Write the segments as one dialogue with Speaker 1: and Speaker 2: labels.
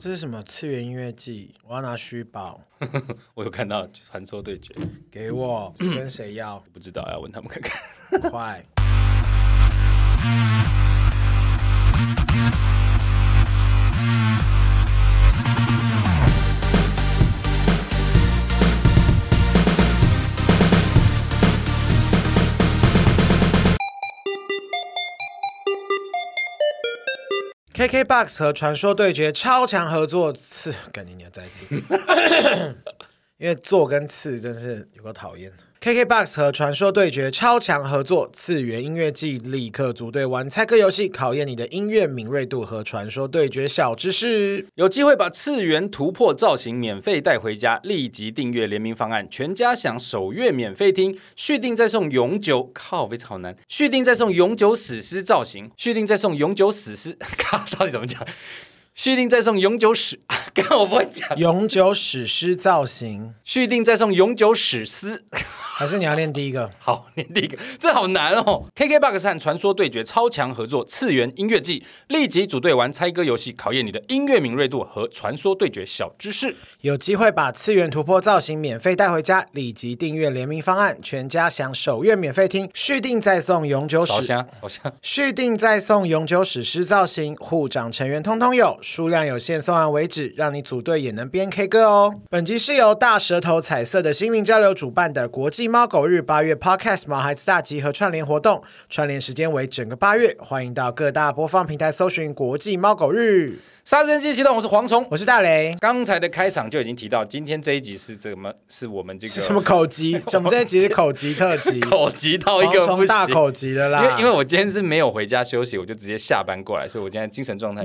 Speaker 1: 这是什么次元音乐季？我要拿虚宝，
Speaker 2: 我有看到传说对决，
Speaker 1: 给我跟谁要？
Speaker 2: 不知道要问他们看看。
Speaker 1: 快！KKBOX 和传说对决超强合作次， 感觉你要再一次，因为做跟次真是有个讨厌。KKBOX 和传说对决超强合作次元音乐季，立刻组队玩猜歌游戏，考验你的音乐敏锐度和传说对决小知识。
Speaker 2: 有机会把次元突破造型免费带回家，立即订阅联名方案，全家享首月免费听，续订再送永久靠非常难，续订再送永久史诗造型，续订再送永久史诗， 靠，到底怎么讲？续订再送永久史， 看我不会讲，
Speaker 1: 永久史诗造型，
Speaker 2: 续订再送永久史诗。
Speaker 1: 还是你要练第一个？
Speaker 2: 好，念第一个，这好难哦。KKBOX 和传说对决超强合作，次元音乐季立即组队玩猜歌游戏，考验你的音乐敏锐度和传说对决小知识。
Speaker 1: 有机会把次元突破造型免费带回家，立即订阅联名方案，全家享首月免费听，续订再送永久
Speaker 2: 烧
Speaker 1: 史，
Speaker 2: 香，烧香，
Speaker 1: 续订再送永久史诗造型，护长成员通通有，数量有限，送完为止，让你组队也能边 K 歌哦。本集是由大舌头彩色的心灵交流主办的国际猫狗日八月 Podcast 毛孩子大集合串联活动，串联时间为整个八月，欢迎到各大播放平台搜寻国际猫狗日。
Speaker 2: 杀生机启动，我是蝗虫。
Speaker 1: 我是大雷。
Speaker 2: 刚才的开场就已经提到，今天这一集是怎么？是我们这
Speaker 1: 是什么
Speaker 2: 个
Speaker 1: 口 级？我们这一集是口级特辑，
Speaker 2: 口急到一
Speaker 1: 蝗
Speaker 2: 个不
Speaker 1: 虫大
Speaker 2: 行。
Speaker 1: 口级的
Speaker 2: 因
Speaker 1: 啦。
Speaker 2: 为因为我今天是没有回家休息，我就直接下班过来，所以我今天精神状态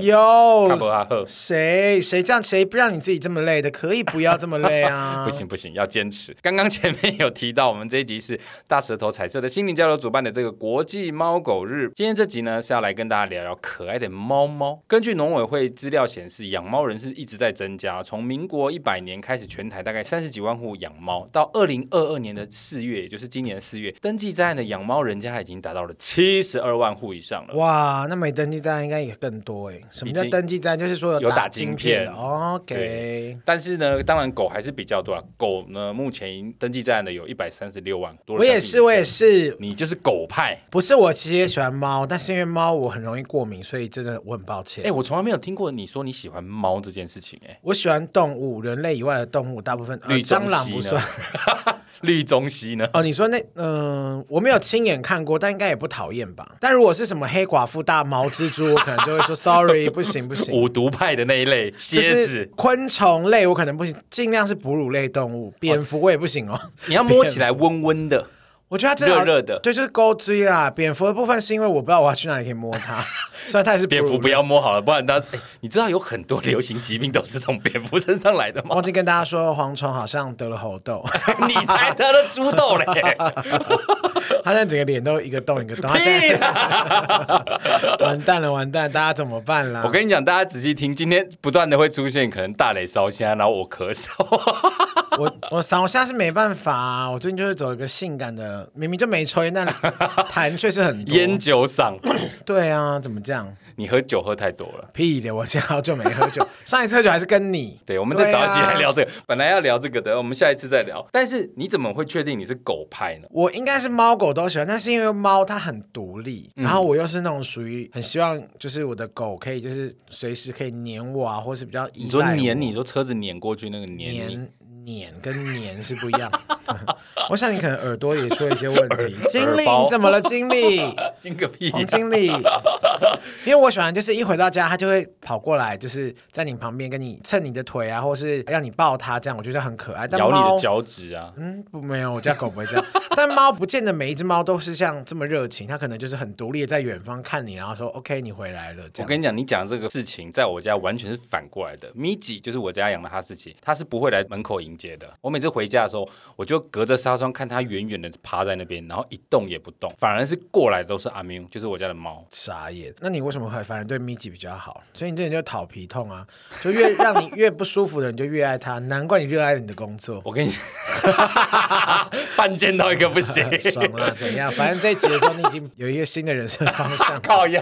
Speaker 2: 卡布
Speaker 1: 有
Speaker 2: 拉赫。
Speaker 1: 谁谁这样，谁不让你自己这么累的？可以不要这么累啊！
Speaker 2: 不行不行，要坚持。刚刚前面有提到，我们这一集是大舌头彩色的心灵交流主办的这个国际猫狗日。今天这集呢是要来跟大家聊聊可爱的猫猫。根据农委会资料显示，养猫人是一直在增加，从民国一百年开始，全台大概三十几万户养猫，到二零二二年的四月，也就是今年的四月，登记在案的养猫人家已经达到了七十二万户以上了。
Speaker 1: 哇，那没登记站应该也更多哎。什么叫
Speaker 2: 已经
Speaker 1: 登记站？就是说
Speaker 2: 有打
Speaker 1: 晶
Speaker 2: 晶
Speaker 1: 片的。
Speaker 2: 片
Speaker 1: OK，
Speaker 2: 对但是呢，当然狗还是比较多啊。狗呢，目前登记在案的有一百三十六万，多了
Speaker 1: 我也
Speaker 2: 将近
Speaker 1: 是，我也是，
Speaker 2: 你就是狗派。
Speaker 1: 不是我其实也喜欢猫，但是因为猫我很容易过敏，所以真的我很抱
Speaker 2: 哎、
Speaker 1: 歉。
Speaker 2: 我从来没有听过你说你喜欢猫这件事情、哎，
Speaker 1: 我喜欢动物，人类以外的动物大部分，呃
Speaker 2: 绿中
Speaker 1: 蟑螂
Speaker 2: 西
Speaker 1: 不
Speaker 2: 呢
Speaker 1: 算。
Speaker 2: 绿中西呢？
Speaker 1: 哦，你说那嗯、我没有亲眼看过，但应该也不讨厌吧？但如果是什么黑寡妇、大毛蜘蛛，我可能就会说 sorry，不行不行。
Speaker 2: 五毒派的那一类蝎
Speaker 1: 就
Speaker 2: 子，
Speaker 1: 是昆虫类，我可能不行，尽量是哺乳类动物，蝙蝠我也不行哦。
Speaker 2: 你要摸起来温温的，
Speaker 1: 我觉得它真的好
Speaker 2: 热热的
Speaker 1: 对，就是勾追啦。蝙蝠的部分是因为我不知道我要去哪里可以摸它，虽然它也是哺乳
Speaker 2: 蝙蝠不
Speaker 1: 类
Speaker 2: 要摸好了，不然它、哎你知道有很多流行疾病都是从蝙蝠身上来的吗？
Speaker 1: 忘记跟大家说，蝗虫好像得了猴痘，
Speaker 2: 你才得了猪痘 嘞！
Speaker 1: 它现在整个脸都一个洞一个洞，它现
Speaker 2: 屁
Speaker 1: 在
Speaker 2: 啦！
Speaker 1: 完蛋了完蛋，大家怎么办啦？
Speaker 2: 我跟你讲，大家仔细听，今天不断的会出现可能大磊烧香，然后我咳嗽，
Speaker 1: 我我嗓下是没办法、啊，我最近就是走一个性感的，明明就没抽烟，但痰却是很多。
Speaker 2: 烟酒嗓。
Speaker 1: 对啊，怎么这样？
Speaker 2: 你喝酒喝太多了。
Speaker 1: 屁的！我现在好久没喝酒，上一次喝酒还是跟你。
Speaker 2: 对，我们再找一集来
Speaker 1: 对啊。
Speaker 2: 聊这个。 本来要聊这个的，我们下一次再聊。但是你怎么会确定你是狗派呢？
Speaker 1: 我应该是猫狗都喜欢，但是因为猫它很独立，
Speaker 2: 嗯
Speaker 1: 然后我又是那种属于很希望，就是我的狗可以就是随时可以黏我啊，或是比较依赖
Speaker 2: 你说
Speaker 1: 我
Speaker 2: 撵，你说车子撵过去那个撵你，
Speaker 1: 黏黏跟黏是不一样。 我想你可能耳朵也出了一些问题。经理，
Speaker 2: 耳包哎
Speaker 1: 你怎么了，经 理？
Speaker 2: 进个屁、
Speaker 1: 黄经理，因为我喜欢，就是一回到家，他就会跑过来，就是在你旁边跟你蹭你的腿啊，或是让你抱他，这样我觉得很可爱。但
Speaker 2: 咬你
Speaker 1: 猫
Speaker 2: 的，脚趾啊！
Speaker 1: 嗯，不，没有，我家狗不会这样。但猫不见得每一只猫都是像这么热情，它可能就是很独立，在远方看你，然后说 “OK，你回来了”这
Speaker 2: 我
Speaker 1: 样。
Speaker 2: 跟你讲，你讲这个事情，在我家完全是反过来的。米吉就是我家养的哈士奇，它是不会来门口迎接的。我每次回家的时候，我就隔着纱窗看它远远的趴在那边，然后一动也不动，反而是过来都是阿喵，就是我家的猫。
Speaker 1: 傻眼，那你为什么会反而对咪吉比较好？所以你这人就讨皮痛啊，就越让你越不舒服的，你就越爱它。难怪你热爱你的工作。
Speaker 2: 我跟你， 犯贱到一个不行。
Speaker 1: 爽啦，怎样？反正这一集的时候，你已经有一个新的人生方向
Speaker 2: 。靠腰。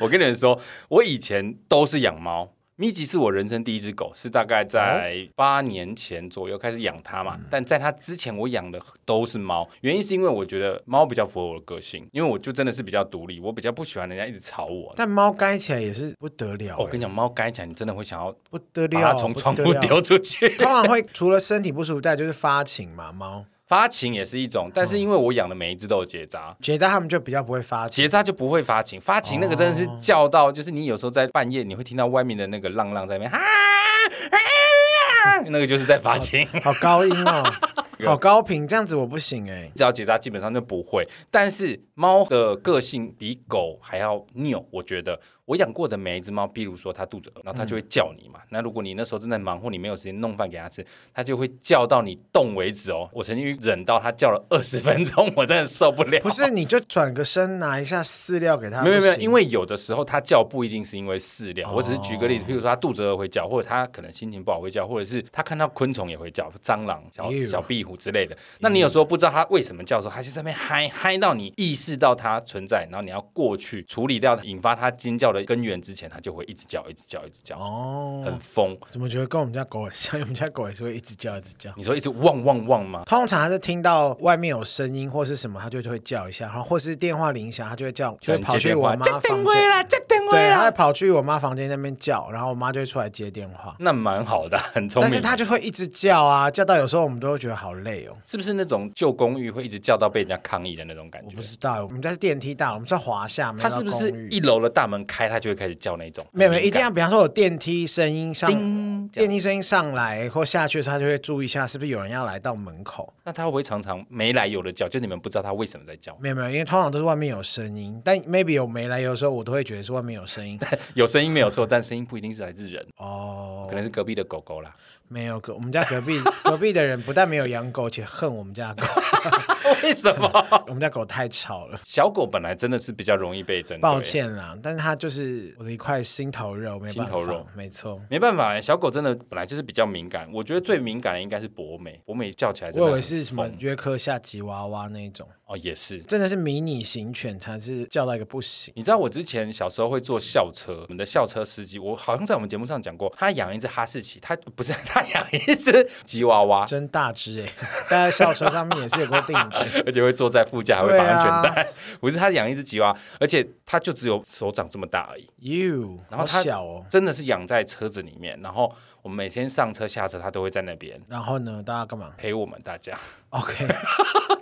Speaker 2: 我跟你们说，我以前都是养猫，米吉是我人生第一只狗，是大概在八年前左右开始养它嘛。但在它之前，我养的都是猫，原因是因为我觉得猫比较符合我的个性，因为我就真的是比较独立，我比较不喜欢人家一直吵我。
Speaker 1: 但猫该起来也是不得了、
Speaker 2: 我跟
Speaker 1: 欸
Speaker 2: 你讲，猫该讲，你真的会想要
Speaker 1: 不得
Speaker 2: 把
Speaker 1: 了，
Speaker 2: 它从
Speaker 1: 不
Speaker 2: 窗
Speaker 1: 得
Speaker 2: 户
Speaker 1: 了
Speaker 2: 丢出去。
Speaker 1: 通常会除了身体不舒服，带就是发情嘛，猫
Speaker 2: 发情也是一种，但是因为我养的每一只都有结扎，
Speaker 1: 结扎它们就比较不会发情。
Speaker 2: 结扎就不会发情。发情那个真的是
Speaker 1: 哦
Speaker 2: 叫到，就是你有时候在半夜你会听到外面的那个浪浪在那边啊啊，那个就是在发情。
Speaker 1: 好高音哦， 好高频，这样子我不行哎、
Speaker 2: 只要结扎基本上就不会，但是猫的个性比狗还要拗，我觉得我养过的每一只猫，比如说它肚子饿，然后它就会叫你
Speaker 1: 嗯
Speaker 2: 嘛。那如果你那时候正在忙或你没有时间弄饭给它吃，它就会叫到你动为止哦。我曾经忍到它叫了二十分钟，我真的受不了。
Speaker 1: 不是，你就转个身拿一下饲料给它。
Speaker 2: 没有没有，
Speaker 1: 不行哦
Speaker 2: 因为有的时候它叫不一定是因为饲料，我只是举个例子，譬如说它肚子饿会叫，或者它可能心情不好会叫，或者是它看到昆虫也会叫，蟑螂、小
Speaker 1: Ew
Speaker 2: 小壁虎之类的。那你有时候不知道它为什么叫的时候，它就在那边嗨嗨到你意识到它存在，然后你要过去处理掉引发它尖叫的根源之前，它就会一直叫，一直叫，一直叫，
Speaker 1: 哦，
Speaker 2: 很疯。
Speaker 1: 怎么觉得跟我们家狗很像？因为我们家狗也是会一直叫一直叫。
Speaker 2: 你说一直汪汪汪吗？
Speaker 1: 通常它是听到外面有声音或是什么，它就就会叫一下，然后或是电话铃响，它就会叫，就会跑去我妈
Speaker 2: 接电
Speaker 1: 房
Speaker 2: 话
Speaker 1: 间。
Speaker 2: 啦，接电话
Speaker 1: 对，它会
Speaker 2: 啦，
Speaker 1: 跑去我妈房间那边叫，然后我妈就会出来接电话。
Speaker 2: 那蛮好的，啊很聪
Speaker 1: 但
Speaker 2: 明。
Speaker 1: 是它就会一直叫啊，叫到有时候我们都会觉得好累哦。
Speaker 2: 是不是那种旧公寓会一直叫到被人家抗议的那种感
Speaker 1: 我
Speaker 2: 觉
Speaker 1: 不？知道，我们家是电梯大楼，我们在华夏，没
Speaker 2: 它
Speaker 1: 有到
Speaker 2: 是不
Speaker 1: 公
Speaker 2: 是
Speaker 1: 寓
Speaker 2: 一楼的大门开，它就会开始叫那种？
Speaker 1: 没有没有，
Speaker 2: 很
Speaker 1: 一
Speaker 2: 敏
Speaker 1: 定
Speaker 2: 感
Speaker 1: 要，比方说有电梯声音上，
Speaker 2: 叮这
Speaker 1: 电
Speaker 2: 样
Speaker 1: 梯声音上来或下去的时候，他就会注意一下是不是有人要来到门口。
Speaker 2: 那它会不会常常没来由的叫？就你们不知道它为什么在叫，
Speaker 1: 没有没有，因为通常都是外面有声音，但 maybe 有没来，有的时候我都会觉得是外面有声 音。
Speaker 2: 有声音没有错，但声音不一定是来自人，
Speaker 1: 哦，
Speaker 2: 可能是隔壁的狗狗 啦。
Speaker 1: 没有，隔我们家隔壁 隔壁的人不但没有养狗，且恨我们家狗，
Speaker 2: 为什么？
Speaker 1: 我们家狗太吵了。
Speaker 2: 小狗本来真的是比较容易被针对，
Speaker 1: 抱，歉啦，但是它就是我的一块心头肉，没办
Speaker 2: 心
Speaker 1: 法，
Speaker 2: 头肉
Speaker 1: 没错。
Speaker 2: 没办法，小狗真的本来就是比较敏感。我觉得最敏感的应该是博美，博美叫起来真的
Speaker 1: 我以
Speaker 2: 很
Speaker 1: 为是什么
Speaker 2: 疯
Speaker 1: 约克夏吉娃娃那一种，
Speaker 2: 哦，也是。
Speaker 1: 真的是迷你型犬才是叫到一个不行。
Speaker 2: 你知道我之前小时候会坐校车，我们的校车司机，我好像在我们节目上讲过，他养一只哈士奇，他不是 他养一只吉娃娃，
Speaker 1: 真大只 哎、大家校车上面也是有过定 点，
Speaker 2: 而且会坐在副驾，还会
Speaker 1: 对
Speaker 2: 绑上
Speaker 1: 啊
Speaker 2: 卷带。不是他养一只吉娃娃，而且它就只有手掌这么大而已，
Speaker 1: you，
Speaker 2: 然后
Speaker 1: 好
Speaker 2: 它
Speaker 1: 小哦。
Speaker 2: 真的是养在车子里面。然后我们每天上车下车，它都会在那边
Speaker 1: 然后呢，大家干嘛
Speaker 2: 陪我们大家。
Speaker 1: 嗯 ？OK，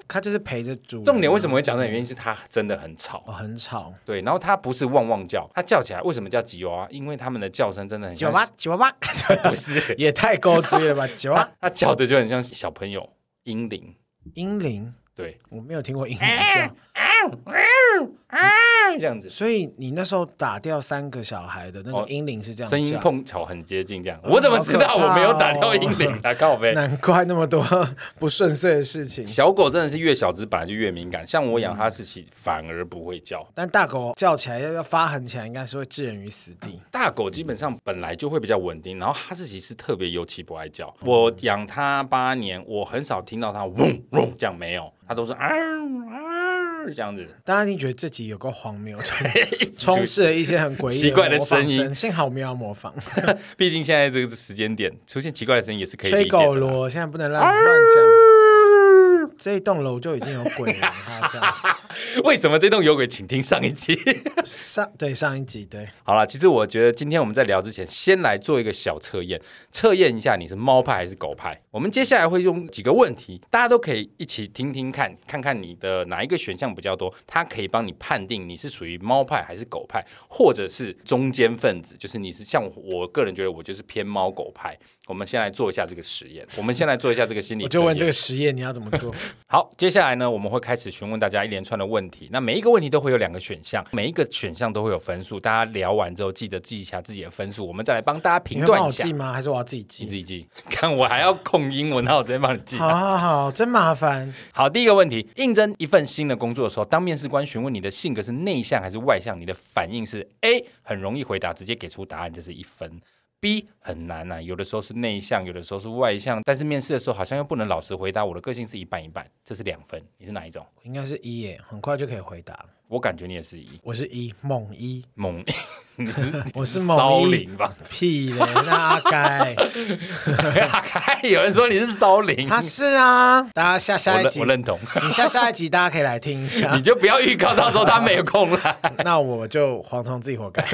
Speaker 1: 它就是陪着主人。
Speaker 2: 重点为什么会讲这个原因是它真的很吵。
Speaker 1: 哦很吵？
Speaker 2: 对，然后它不是汪汪叫，它叫起来为什么叫吉娃娃？因为它们的叫声真的很
Speaker 1: 吉娃
Speaker 2: 像，
Speaker 1: 娃， 吉娃娃，
Speaker 2: 不是
Speaker 1: 也太高级了 吧？吉娃娃，
Speaker 2: 它叫的就很像小朋友英灵。
Speaker 1: 英灵，
Speaker 2: 对，
Speaker 1: 我没有听过英灵 叫，啊
Speaker 2: 这样子
Speaker 1: 所以你那时候打掉三个小孩的那个英灵是这样叫
Speaker 2: 哦声音碰巧很接近，这样我怎么知道
Speaker 1: 好可怕哦
Speaker 2: 我没有打掉英灵啊？靠背。
Speaker 1: 难怪那么多 不顺遂的事情。
Speaker 2: 小狗真的是越小只本来就越敏感，像我养哈士奇反而不会叫，
Speaker 1: 但大狗叫起来要要发狠起来，应该是会置人于死地。
Speaker 2: 大狗基本上本来就会比较稳定，然后哈士奇是特别尤其不爱叫。我养它八年，我很少听到它嗡嗡这样，没有，它都是啊啊这样子。
Speaker 1: 大家一定觉得这集有个荒 谬，就是充斥了一些很诡异、
Speaker 2: 奇怪的
Speaker 1: 模仿
Speaker 2: 声音
Speaker 1: 幸好我们要模仿。
Speaker 2: 毕竟现在这个时间点出现奇怪的声音也是可以
Speaker 1: 吹
Speaker 2: 理解
Speaker 1: 狗
Speaker 2: 的啊啦。
Speaker 1: 锣现在不能乱乱讲，这一栋楼就已经有鬼了，还要这样子。
Speaker 2: 为什么这栋有鬼？请听上一集。
Speaker 1: 上 对上一集对，
Speaker 2: 好了，其实我觉得今天我们在聊之前，先来做一个小测验，测验一下你是猫派还是狗派。我们接下来会用几个问题，大家都可以一起听听看，看看你的哪一个选项比较多，它可以帮你判定你是属于猫派还是狗派，或者是中间分子，就是你是像我个人觉得我就是偏猫狗派。我们先来做一下这个实验，我们先来做一下这个心理
Speaker 1: 我
Speaker 2: 测验。
Speaker 1: 就问这个实验你要怎么 做？
Speaker 2: 好，接下来呢，我们会开始询问大家一连串的问题。那每一个问题都会有两个选项，每一个选项都会有分数。大家聊完之后，记得记一下自己的分数，我们再来帮大家
Speaker 1: 你
Speaker 2: 评
Speaker 1: 会帮
Speaker 2: 断
Speaker 1: 我
Speaker 2: 一下
Speaker 1: 记。吗？还是我要自己
Speaker 2: 你自
Speaker 1: 记？
Speaker 2: 己记，看我还要控英文，那我直接帮你记。
Speaker 1: 好好好，真麻烦。
Speaker 2: 好，第一个问题，应征一份新的工作的时候，当面试官询问你的性格是内向还是外向，你的反应是 A 很容易回答，直接给出答案，这是一分 B 很难呐、有的时候是内向，有的时候是外向，但是面试的时候好像又不能老实回答我的个性是一半一半，这是两分，你是哪一种？
Speaker 1: 应该是一耶，很快就可以回答了。
Speaker 2: 我感觉你也是一
Speaker 1: 我是一猛一，
Speaker 2: 猛， 你是你
Speaker 1: 我是
Speaker 2: 是
Speaker 1: 猛
Speaker 2: 骚
Speaker 1: 一
Speaker 2: 灵吧？
Speaker 1: 屁嘞，那阿该
Speaker 2: 啊有人说你是骚灵，
Speaker 1: 他是啊，大家下
Speaker 2: 我
Speaker 1: 下一
Speaker 2: 认
Speaker 1: 集
Speaker 2: 我，认同，
Speaker 1: 你下下一集大家可以来听一下
Speaker 2: 你。就不要预告，到时候他没有空来。
Speaker 1: 那我就黄铜自己活该。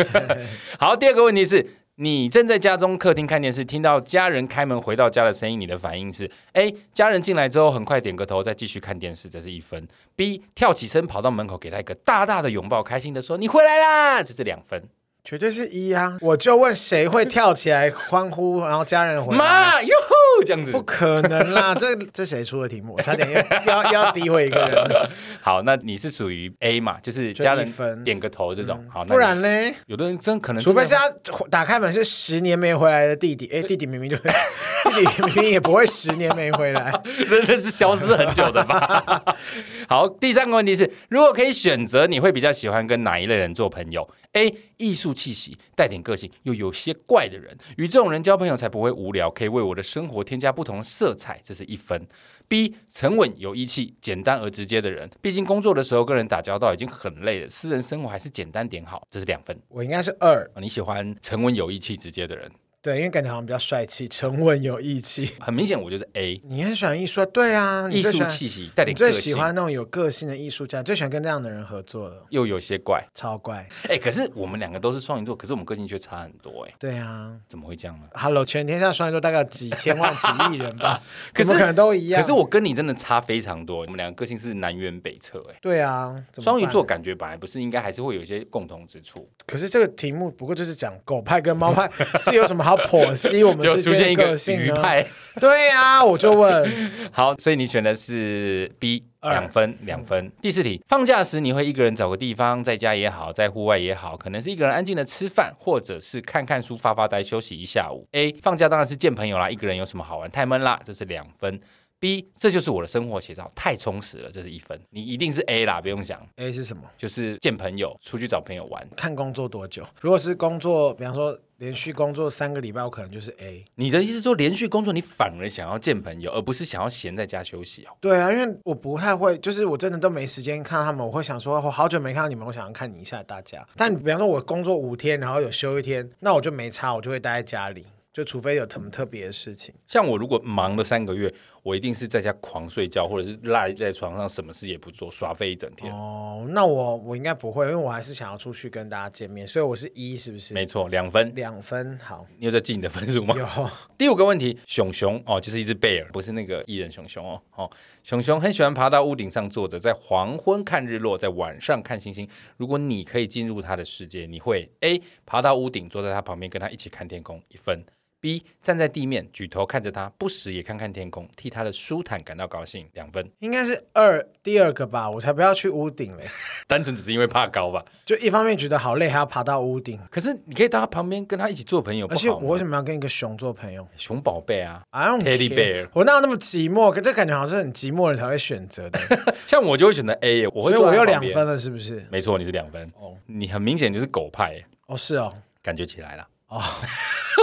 Speaker 2: 好，第二个问题是你正在家中客厅看电视，听到家人开门回到家的声音，你的反应是：A. 家人进来之后很快点个头，再继续看电视，这是一分；B. 跳起身跑到门口给他一个大大的拥抱，开心的说：“你回来啦！”这是两分。
Speaker 1: 绝对是一啊！我就问谁会跳起来欢呼，然后家人回来？
Speaker 2: 妈哟呼，这样
Speaker 1: 不
Speaker 2: 子。
Speaker 1: 可能 啦！这这谁出的题目？我差点又要又要诋毁一个人，
Speaker 2: 好，那你是属于 A 嘛，就是
Speaker 1: 就
Speaker 2: 家
Speaker 1: 一
Speaker 2: 人
Speaker 1: 分嗯
Speaker 2: 点个头这种。好，那
Speaker 1: 不然呢？
Speaker 2: 你有的人真可能
Speaker 1: 除
Speaker 2: 真的
Speaker 1: 非是他打开门是十年没回来的弟弟，哎，弟弟明明就 弟弟明明也不会十年没回来，
Speaker 2: 真的是消失很久的吧？ 好，第三个问题是，如果可以选择，你会比较喜欢跟哪一类人做朋友？A. 艺术气息、带点个性又有些怪的人，与这种人交朋友才不会无聊，可以为我的生活添加不同的色彩，这是一分。B. 沉稳有义气、简单而直接的人，毕竟工作的时候跟人打交道已经很累了，私人生活还是简单点好，这是两分。
Speaker 1: 我应该是二，
Speaker 2: 哦你喜欢沉稳有义气、直接的人，
Speaker 1: 对，因为感觉好像比较帅气、沉稳有义气。
Speaker 2: 很明显我就是 A。
Speaker 1: 你很喜欢艺术，对啊，你
Speaker 2: 艺
Speaker 1: 最喜
Speaker 2: 术
Speaker 1: 欢
Speaker 2: 气息带
Speaker 1: 你
Speaker 2: 点个
Speaker 1: 最喜
Speaker 2: 性，
Speaker 1: 欢那种有个性的艺术家，最喜欢跟这样的人合作了，
Speaker 2: 又有些怪。
Speaker 1: 超怪。
Speaker 2: 哎、可是我们两个都是双鱼座，可是我们个性却差很多哎、
Speaker 1: 对啊
Speaker 2: 怎么会这样呢？
Speaker 1: ，Hello，全天下双鱼座大概有几千万、几亿人 吧，
Speaker 2: 可
Speaker 1: 怎么
Speaker 2: 是
Speaker 1: 可能都一样？
Speaker 2: 可是我跟你真的差非常多，我们两个个性是南辕北辙哎、
Speaker 1: 对啊，怎么
Speaker 2: 双鱼
Speaker 1: 办
Speaker 2: 座，感觉本来不是应该还是会有一些共同之处，
Speaker 1: 可是这个题目不过就是讲狗派跟猫派是有什么好剖 析我们
Speaker 2: 就
Speaker 1: 之
Speaker 2: 出现
Speaker 1: 间
Speaker 2: 一
Speaker 1: 的
Speaker 2: 个
Speaker 1: 个性
Speaker 2: 鱼
Speaker 1: 呢？
Speaker 2: 派。
Speaker 1: 对啊，我就问，
Speaker 2: 好，所以你选的是 B，
Speaker 1: 二
Speaker 2: 两分，两分。第四题，放假时你会一个人找个地方，在家也好，在户外也好，可能是一个人安静的吃饭，或者是看看书、发发呆、休息一下午。A，放假当然是见朋友啦，一个人有什么好玩？太闷啦，这是两分。B，这就是我的生活写照，太充实了，这是一分。你一定是 A 啦，不用想，
Speaker 1: 哎，是什么？
Speaker 2: 就是见朋友，出去找朋友玩。
Speaker 1: 看工作多久？如果是工作，比方说连续工作三个礼拜，我可能就是 A。
Speaker 2: 你的意思是说，连续工作你反而想要见朋友，而不是想要闲在家休息哦？
Speaker 1: 对啊，因为我不太会，就是我真的都没时间看他们，我会想说，我好久没看到你们，我想要看你一下大家。但你比方说，我工作五天，然后有休一天，那我就没差，我就会待在家里，就除非有什么特别的事情。
Speaker 2: 像我如果忙了三个月，我一定是在家狂睡觉，或者是赖在床上什么事也不做，耍废一整天。
Speaker 1: 哦，那我我应该不会，因为我还是想要出去跟大家见面，所以我是一，是不
Speaker 2: 没
Speaker 1: 是？
Speaker 2: 错，两分。
Speaker 1: 两分，好，
Speaker 2: 你有在记你的分数吗？
Speaker 1: 嗯有
Speaker 2: 第五个问题，熊熊哦，就是一只贝尔，不是那个艺人熊熊哦。哦，熊熊很喜欢爬到屋顶上坐着，在黄昏看日落，在晚上看星星。如果你可以进入他的世界，你会 A 爬到屋顶，坐在他旁边，跟他一起看天空，一分。B 站在地面，举头看着他，不时也看看天空，替他的舒坦感到高兴，两分。
Speaker 1: 应该是二第二个吧，我才不要去屋顶嘞。
Speaker 2: 单纯只是因为怕高吧？
Speaker 1: 就一方面觉得好累，还要爬到屋顶，
Speaker 2: 可是你可以到他旁边跟他一起做朋友，
Speaker 1: 而
Speaker 2: 不
Speaker 1: 且
Speaker 2: 好
Speaker 1: 我为
Speaker 2: 吗？
Speaker 1: 什么要跟一个熊做朋友
Speaker 2: 熊宝贝啊，
Speaker 1: ？I don't
Speaker 2: Teddy
Speaker 1: care
Speaker 2: bear
Speaker 1: 我哪有那么寂寞？可这感觉好像是很寂寞的人才会选择的，
Speaker 2: 像我就会选择 A，耶我
Speaker 1: 所
Speaker 2: 会
Speaker 1: 以
Speaker 2: 坐
Speaker 1: 我
Speaker 2: 在
Speaker 1: 又
Speaker 2: 他
Speaker 1: 两
Speaker 2: 旁边
Speaker 1: 分。了，是不是？
Speaker 2: 没错，你是两分。哦，你很明显就是狗派耶，
Speaker 1: 哦，是哦，
Speaker 2: 感觉起来了。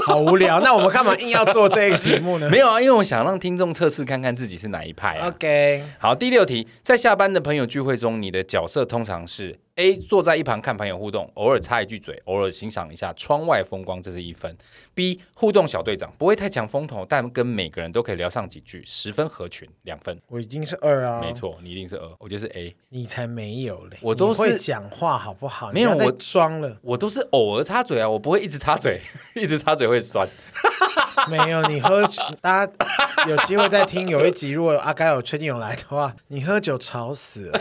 Speaker 1: 好无聊。那我们干嘛硬要做这个题目呢
Speaker 2: 没有啊，因为我想让听众测试看看自己是哪一派啊。
Speaker 1: ？OK，
Speaker 2: 好，第六题，在下班的朋友聚会中，你的角色通常是 A 坐在一旁看朋友互动，偶尔插一句嘴，偶尔欣赏一下窗外风光，这是一分；B 互动小队长，不会太抢风头，但跟每个人都可以聊上几句，十分合群，两分。
Speaker 1: 我已经是二啊，
Speaker 2: 没错，你一定是二，我就是 A。
Speaker 1: 你才没有嘞，
Speaker 2: 我都
Speaker 1: 你会
Speaker 2: 是
Speaker 1: 讲话好不好？
Speaker 2: 没有
Speaker 1: 你不要再
Speaker 2: 我
Speaker 1: 装 了。
Speaker 2: 我都是偶尔插嘴啊，我不会一直插嘴， 一直插嘴会酸。
Speaker 1: 没有，你喝酒，大家有机会再听有一集，如果阿该有崔定勇来的话，你喝酒吵死了。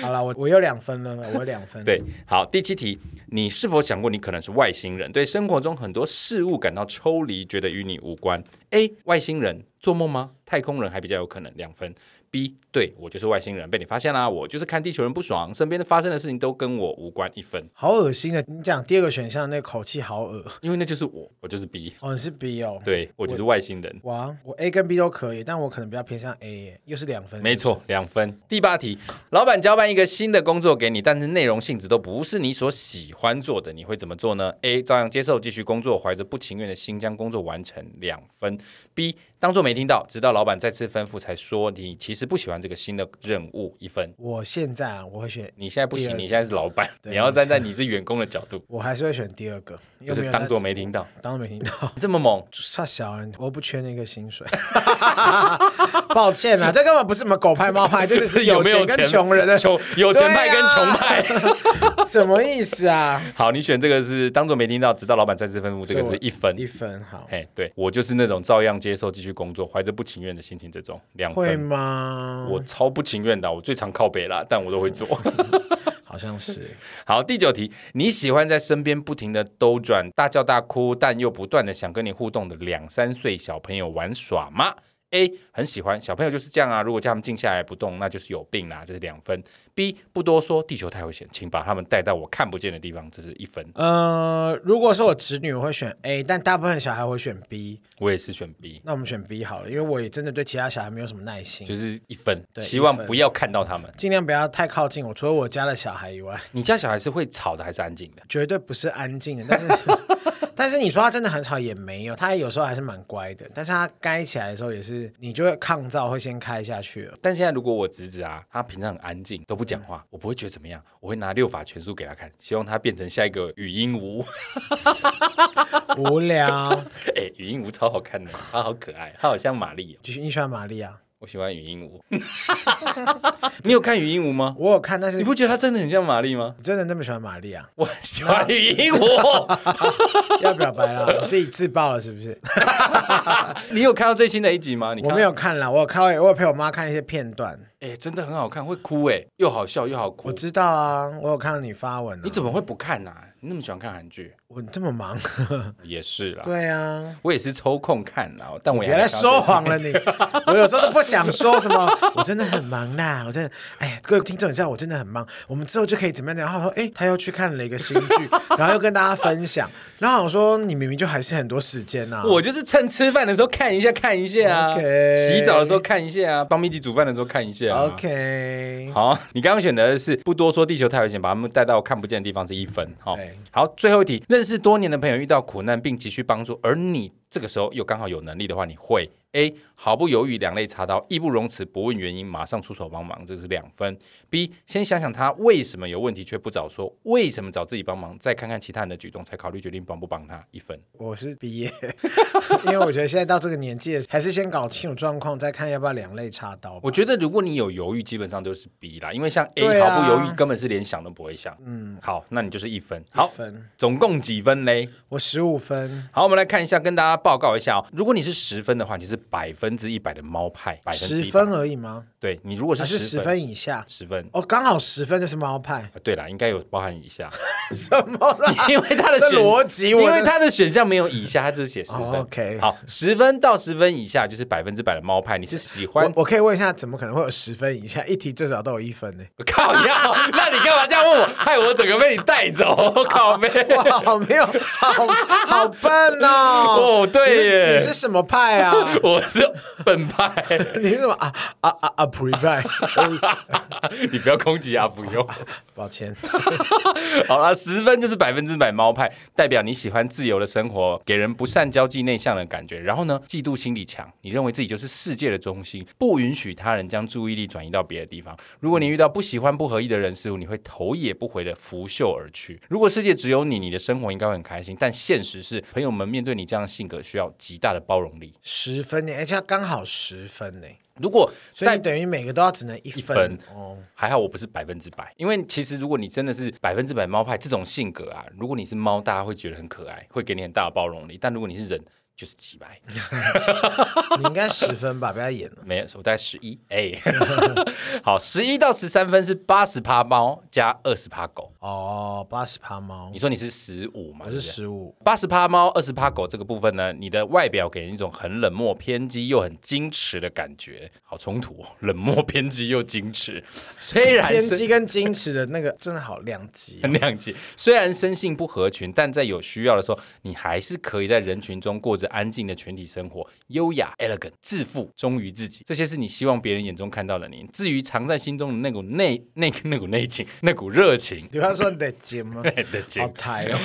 Speaker 1: 好了，我我有两分了，我有两分。，
Speaker 2: 对，好，第七题，你是否想过你可能是外星人，对生活中很多事物感到抽离，觉得与你无关 A 外星人做梦吗？太空人还比较有可能两分。B 对我就是外星人，被你发现啦、我就是看地球人不爽，身边的发生的事情都跟我无关一分，
Speaker 1: 好恶心的！你讲第二个选项那口气好恶
Speaker 2: 因为那就是我，我就是 B，
Speaker 1: 哦，你是 B 哦，
Speaker 2: 对我就是外星人。
Speaker 1: 哇，我 A 跟 B 都可以，但我可能比较偏向 A，耶又是两分，
Speaker 2: 没错，两分。第八题，老板交办一个新的工作给你，但是内容性质都不是你所喜欢做的，你会怎么做呢？A. 照样接受，继续工作，怀着不情愿的心将工作完成，两分。B. 当做没听到，直到老板再次吩咐才说你其实不喜欢这个新的任务，一分。
Speaker 1: 我现在啊，我会选，
Speaker 2: 你现在不
Speaker 1: 第
Speaker 2: 行，
Speaker 1: 二
Speaker 2: 你现在是老板，
Speaker 1: 对
Speaker 2: 你要站在你是员工的角度，
Speaker 1: 我还是会选第二个，因
Speaker 2: 就
Speaker 1: 为
Speaker 2: 是
Speaker 1: 有
Speaker 2: 当做
Speaker 1: 在
Speaker 2: 没听到，
Speaker 1: 当做没听到。
Speaker 2: 这么猛。
Speaker 1: 差小人，我不缺那个薪水。 抱歉啊啦，这根本不是什么狗派猫 派，就是
Speaker 2: 有没有
Speaker 1: 钱跟穷人的
Speaker 2: 穷有
Speaker 1: 啊
Speaker 2: 钱派跟穷派？
Speaker 1: 什么意思啊？
Speaker 2: 好，你选这个是当做没听到，直到老板再次吩 咐，这个
Speaker 1: 所以
Speaker 2: 是
Speaker 1: 我
Speaker 2: 一分。
Speaker 1: 一分好，
Speaker 2: 哎，对我就是那种照样接受、继续工作，怀着不情愿的心情这种两
Speaker 1: 会
Speaker 2: 分。
Speaker 1: 吗？
Speaker 2: 我超不情愿的，啊我最常靠北啦，但我都会做。
Speaker 1: 好像是
Speaker 2: 好，第九题，你喜欢在身边不停的兜转、大叫大哭，但又不断的想跟你互动的两三岁小朋友玩耍吗？A 很喜欢小朋友就是这样啊，如果叫他们静下来不动，那就是有病啦，这是两分。B 不多说，地球太危险，请把他们带到我看不见的地方，这是一分。
Speaker 1: 呃，如果是我侄女，我会选 A，但大部分小孩会选 B。
Speaker 2: 我也是选 B，
Speaker 1: 那我们选 B 好了，因为我也真的对其他小孩没有什么耐心，
Speaker 2: 就是一分，
Speaker 1: 对
Speaker 2: 希望
Speaker 1: 一分
Speaker 2: 不要看到他们。
Speaker 1: 尽量不要太靠近我。除了我家的小孩以外，
Speaker 2: 你家小孩是会吵的还是安静的？
Speaker 1: 绝对不是安静的。但 是，但是你说他真的很吵也没有，他有时候还是蛮乖的。但是他该起来的时候也是，你就会抗噪会先开下去了。
Speaker 2: 但现在如果我侄子啊，他平常很安静，都不讲话，我不会觉得怎么样，我会拿六法全书给他看，希望他变成下一个语音吴。
Speaker 1: 无聊，
Speaker 2: 哎、语音吴超好看的，他好可爱，他好像玛丽、哦，
Speaker 1: 就是你喜欢玛丽啊？
Speaker 2: 我喜欢语音吴。 你有看语音吴吗？
Speaker 1: 我有看，但是
Speaker 2: 你不觉得他真的很像玛丽吗？
Speaker 1: 你真的那么喜欢玛丽啊？
Speaker 2: 我很喜欢语 音吴。
Speaker 1: 要表白了，你自己自爆了是不是？
Speaker 2: 你有看到最新的一集吗？你看
Speaker 1: 我
Speaker 2: 到
Speaker 1: 没。有看啦，我有看，我有陪我妈看一些片段。
Speaker 2: 哎、真的很好看，会哭哎、又好笑又好哭
Speaker 1: 我。知道啊，我有看到你发文、啊。
Speaker 2: 你怎么会不看呐、你那么喜欢看韩剧？
Speaker 1: 我这么忙？
Speaker 2: 也是啦，
Speaker 1: 对啊，
Speaker 2: 我也是抽空看啦，但我也
Speaker 1: 别
Speaker 2: 还
Speaker 1: 来
Speaker 2: 没看到
Speaker 1: 说
Speaker 2: 最新
Speaker 1: 谎了 你！我有时候都不想说什么，我真的很忙啦，我真的，哎呀，各位听众，你知道我真的很忙，我们之后就可以怎么样？然后说，哎，他又去看了一个新 剧，然后又跟大家分享，然后我说，你明明就还是很多时间呐、
Speaker 2: 我就是趁吃饭的时候看一下看一下啊
Speaker 1: 啊 OK
Speaker 2: 洗澡的时候看一下啊，帮米吉煮饭的时候看一下、啊。
Speaker 1: OK，
Speaker 2: 好，你刚刚选的是不多说，地球太危险，把他们带到看不见的地方是一分。好、
Speaker 1: 对
Speaker 2: 好，最后一题，认识多年的朋友遇到苦难并急需帮助，而你这个时候又刚好有能力的话，你会 A 毫不犹豫两肋插刀，义不容辞，不问原因，马上出手帮忙，这是两分。B 先想想他为什么有问题却不早说，为什么找自己帮忙，再看看其他人的举动，才考虑决定帮不帮他一分。
Speaker 1: 我是毕业， 因为我觉得现在到这个年纪，还是先搞清楚状况，再看要不要两肋插刀吧。
Speaker 2: 我觉得如果你有犹豫，基本上都是 B 啦，因为像 A
Speaker 1: 对啊
Speaker 2: 毫不犹豫，根本是连想都不会想。嗯，好，那你就是一分。好，
Speaker 1: 分
Speaker 2: 总共几分嘞？
Speaker 1: 我十五分，
Speaker 2: 好，我们来看一下，跟大家报告一下哦。如果你是十分的话，你是百分之一百的猫派，百分之
Speaker 1: 十
Speaker 2: 一百。
Speaker 1: 分而已吗？
Speaker 2: 对你如果
Speaker 1: 还
Speaker 2: 是
Speaker 1: 是
Speaker 2: 十
Speaker 1: 十
Speaker 2: 分，
Speaker 1: 分以下？
Speaker 2: 十分。
Speaker 1: 哦，刚好十分就是猫派，
Speaker 2: 啊对啦，应该有包含以下，
Speaker 1: 什么啦？
Speaker 2: 因为它的
Speaker 1: 这
Speaker 2: 选
Speaker 1: 逻辑我
Speaker 2: 因为
Speaker 1: 真的
Speaker 2: 它的选项没有以下，它就是写十分。
Speaker 1: 哦，OK
Speaker 2: 好，十分到十分以下就是百分之百的猫派，你是喜欢
Speaker 1: 我我可以问一下，怎么可能会有十分以下？一题最少都有一分呢？
Speaker 2: 靠呀？那你干嘛这样问我？害我整个被你带走，靠背。
Speaker 1: 哇，好没有，好好笨哦！
Speaker 2: 哦对耶
Speaker 1: 你是你是什么派啊？
Speaker 2: 我是本派，
Speaker 1: 你是什么啊啊啊啊 pre 派？
Speaker 2: 你不要攻击阿福哟。
Speaker 1: 抱歉，
Speaker 2: 好啦，十分就是百分之百猫派，代表你喜欢自由的生活，给人不善交际、内向的感觉。然后呢，嫉妒心理强，你认为自己就是世界的中心，不允许他人将注意力转移到别的地方。如果你遇到不喜欢、不合意的人事物，你会头也不回的拂袖而去。如果世界只有你，你的生活应该会很开心。但现实是，朋友们面对你这样的性格，需要极大的包容力。
Speaker 1: 十分呢，而且它刚好十分呢。
Speaker 2: 如果
Speaker 1: 所以
Speaker 2: 在
Speaker 1: 你等于每个都要只能一分
Speaker 2: 一分
Speaker 1: 哦。
Speaker 2: 还好我不是百分之百，因为其实如果你真的是百分之百猫派这种性格啊，如果你是猫，大家会觉得很可爱，会给你很大的包容力；但如果你是人，就是几百，
Speaker 1: 你应该十分吧，不要演了。
Speaker 2: 没有，我大概十一，哎， 好，十一到十三分是八十趴猫加二十趴狗，
Speaker 1: 哦，八十趴猫
Speaker 2: 你，说你是十五嘛？
Speaker 1: 我是十五，
Speaker 2: 八十趴猫，二十趴狗这个部分呢，你的外表给人一种很冷漠、偏激又很矜持的感觉，好冲突、哦，冷漠、偏激又矜持。虽然
Speaker 1: 偏
Speaker 2: 是
Speaker 1: 激跟矜持的那个真的好两极哦。
Speaker 2: 很两极，虽然生性不合群，但在有需要的时候，你还是可以在人群中过着安静的群体生活，优雅、elegant、自负、忠于自己，这些是你希望别人眼中看到的你。至于藏在心中的那股内 那那股内情、 那股热情
Speaker 1: 比方说你的节目，
Speaker 2: 的情
Speaker 1: 好台哦，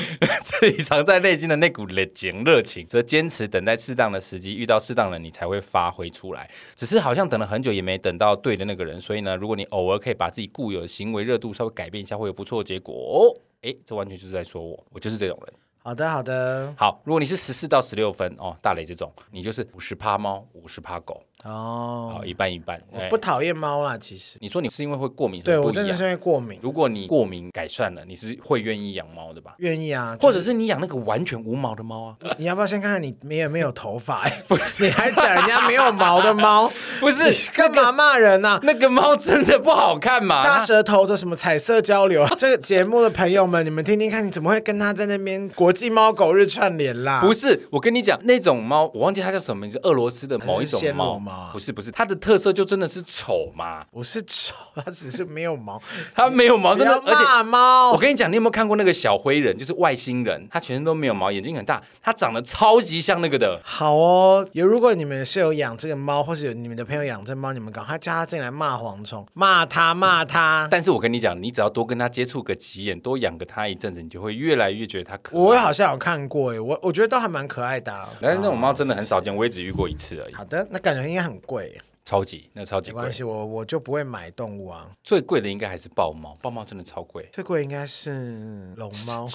Speaker 2: 自己藏在内心的那股热情、热情，则坚持等待适当的时机，遇到适当的你才会发挥出来。只是好像等了很久也没等到对的那个人，所以呢，如果你偶尔可以把自己固有的行为热度稍微改变一下，会有不错的结果。哦，诶，这完全就是在说我，我就是这种人。
Speaker 1: 好的好的，
Speaker 2: 好，如果你是十四到十六分哦，大雷这种，你就是五十趴猫，五十趴狗，
Speaker 1: 哦
Speaker 2: 好，，一半一半。
Speaker 1: 我
Speaker 2: 哎
Speaker 1: 不讨厌猫啦，其实，
Speaker 2: 你说你是因为会过敏，
Speaker 1: 对
Speaker 2: 所以
Speaker 1: 我
Speaker 2: 不一
Speaker 1: 真的
Speaker 2: 样
Speaker 1: 是因为过敏，
Speaker 2: 如果你过敏改善了，你是会愿意养猫的吧？
Speaker 1: 愿意啊，
Speaker 2: 或
Speaker 1: 者
Speaker 2: 者是你养那个完全无毛的猫 啊？
Speaker 1: 你要不要先看看你没有没有头 发？你还讲人家没有毛的猫，
Speaker 2: 不是
Speaker 1: 你干嘛骂人呐？
Speaker 2: 那个猫真的不好看嘛？
Speaker 1: 大舌头的什么彩色交流，啊这个节目的朋友们，你们听听看，你怎么会跟他在那边国际猫狗日串联啦？
Speaker 2: 不是，我跟你讲，那种猫我忘记它叫什么名字，俄罗斯的某一种
Speaker 1: 还是暹
Speaker 2: 猫，
Speaker 1: 罗猫啊
Speaker 2: 不是不是，它的特色就真的是丑嘛，
Speaker 1: 我是丑，它只是没有毛。
Speaker 2: 它没有毛，
Speaker 1: 不
Speaker 2: 哦真的
Speaker 1: 要，
Speaker 2: 而且
Speaker 1: 骂
Speaker 2: 我
Speaker 1: 猫，
Speaker 2: 跟你讲，你有没有看过那个小灰人，就是外星人，他全身都没有毛，眼睛很大，他长得超级像那个的。
Speaker 1: 好哦。有如果你们是有养这个猫，或是有你们的朋友养这猫，你们赶快叫他进来骂蝗虫，骂他骂他。
Speaker 2: 但是我跟你讲，你只要多跟他接触个几眼，多养个它一阵子，你就会越来越觉得它可
Speaker 1: 我
Speaker 2: 爱。
Speaker 1: 好像有看过诶，欸我我觉得都还蛮可爱的啊、
Speaker 2: 但是那种猫真的很少见，我也只遇过一次而已，
Speaker 1: 好的，那感觉应该很贵，
Speaker 2: 超级那超级
Speaker 1: 嗯没
Speaker 2: 贵
Speaker 1: 关，系，我我就不会买动物啊。
Speaker 2: 最贵的应该还是豹猫，豹猫真的超贵。
Speaker 1: 最贵应该是龙 猫，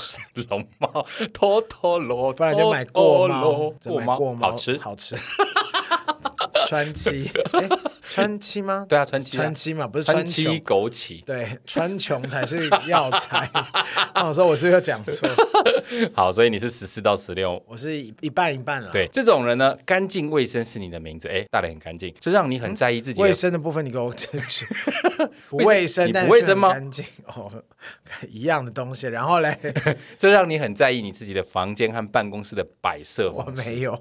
Speaker 2: 龙猫，拖拖罗，
Speaker 1: 不然就买过
Speaker 2: 托
Speaker 1: 猫，
Speaker 2: 托
Speaker 1: 就
Speaker 2: 哦罗过
Speaker 1: 买
Speaker 2: 猫
Speaker 1: 过猫，
Speaker 2: 好吃。
Speaker 1: 好吃。 川 崎，哎，川崎吗？
Speaker 2: 对啊，川崎啊，
Speaker 1: 川崎嘛，不是
Speaker 2: 川
Speaker 1: 川
Speaker 2: 崎
Speaker 1: 崎。
Speaker 2: 枸杞。
Speaker 1: 对，川穹才是药 材。那我说我是不是又讲错？
Speaker 2: 好，所以你是十四到十六。
Speaker 1: 我是一一半一半了。，
Speaker 2: 对，这种人呢，干净卫生是你的名字，哎，大脸很干净，就让你很在意自己的
Speaker 1: 卫生的部分你给我争 取不卫生
Speaker 2: 你，
Speaker 1: 但
Speaker 2: 不卫生吗
Speaker 1: 是很干净哦， 一样的东西。然后 嘞，
Speaker 2: 这让你很在意你自己的房间和办公室的摆设
Speaker 1: 我
Speaker 2: 方式。
Speaker 1: 没有。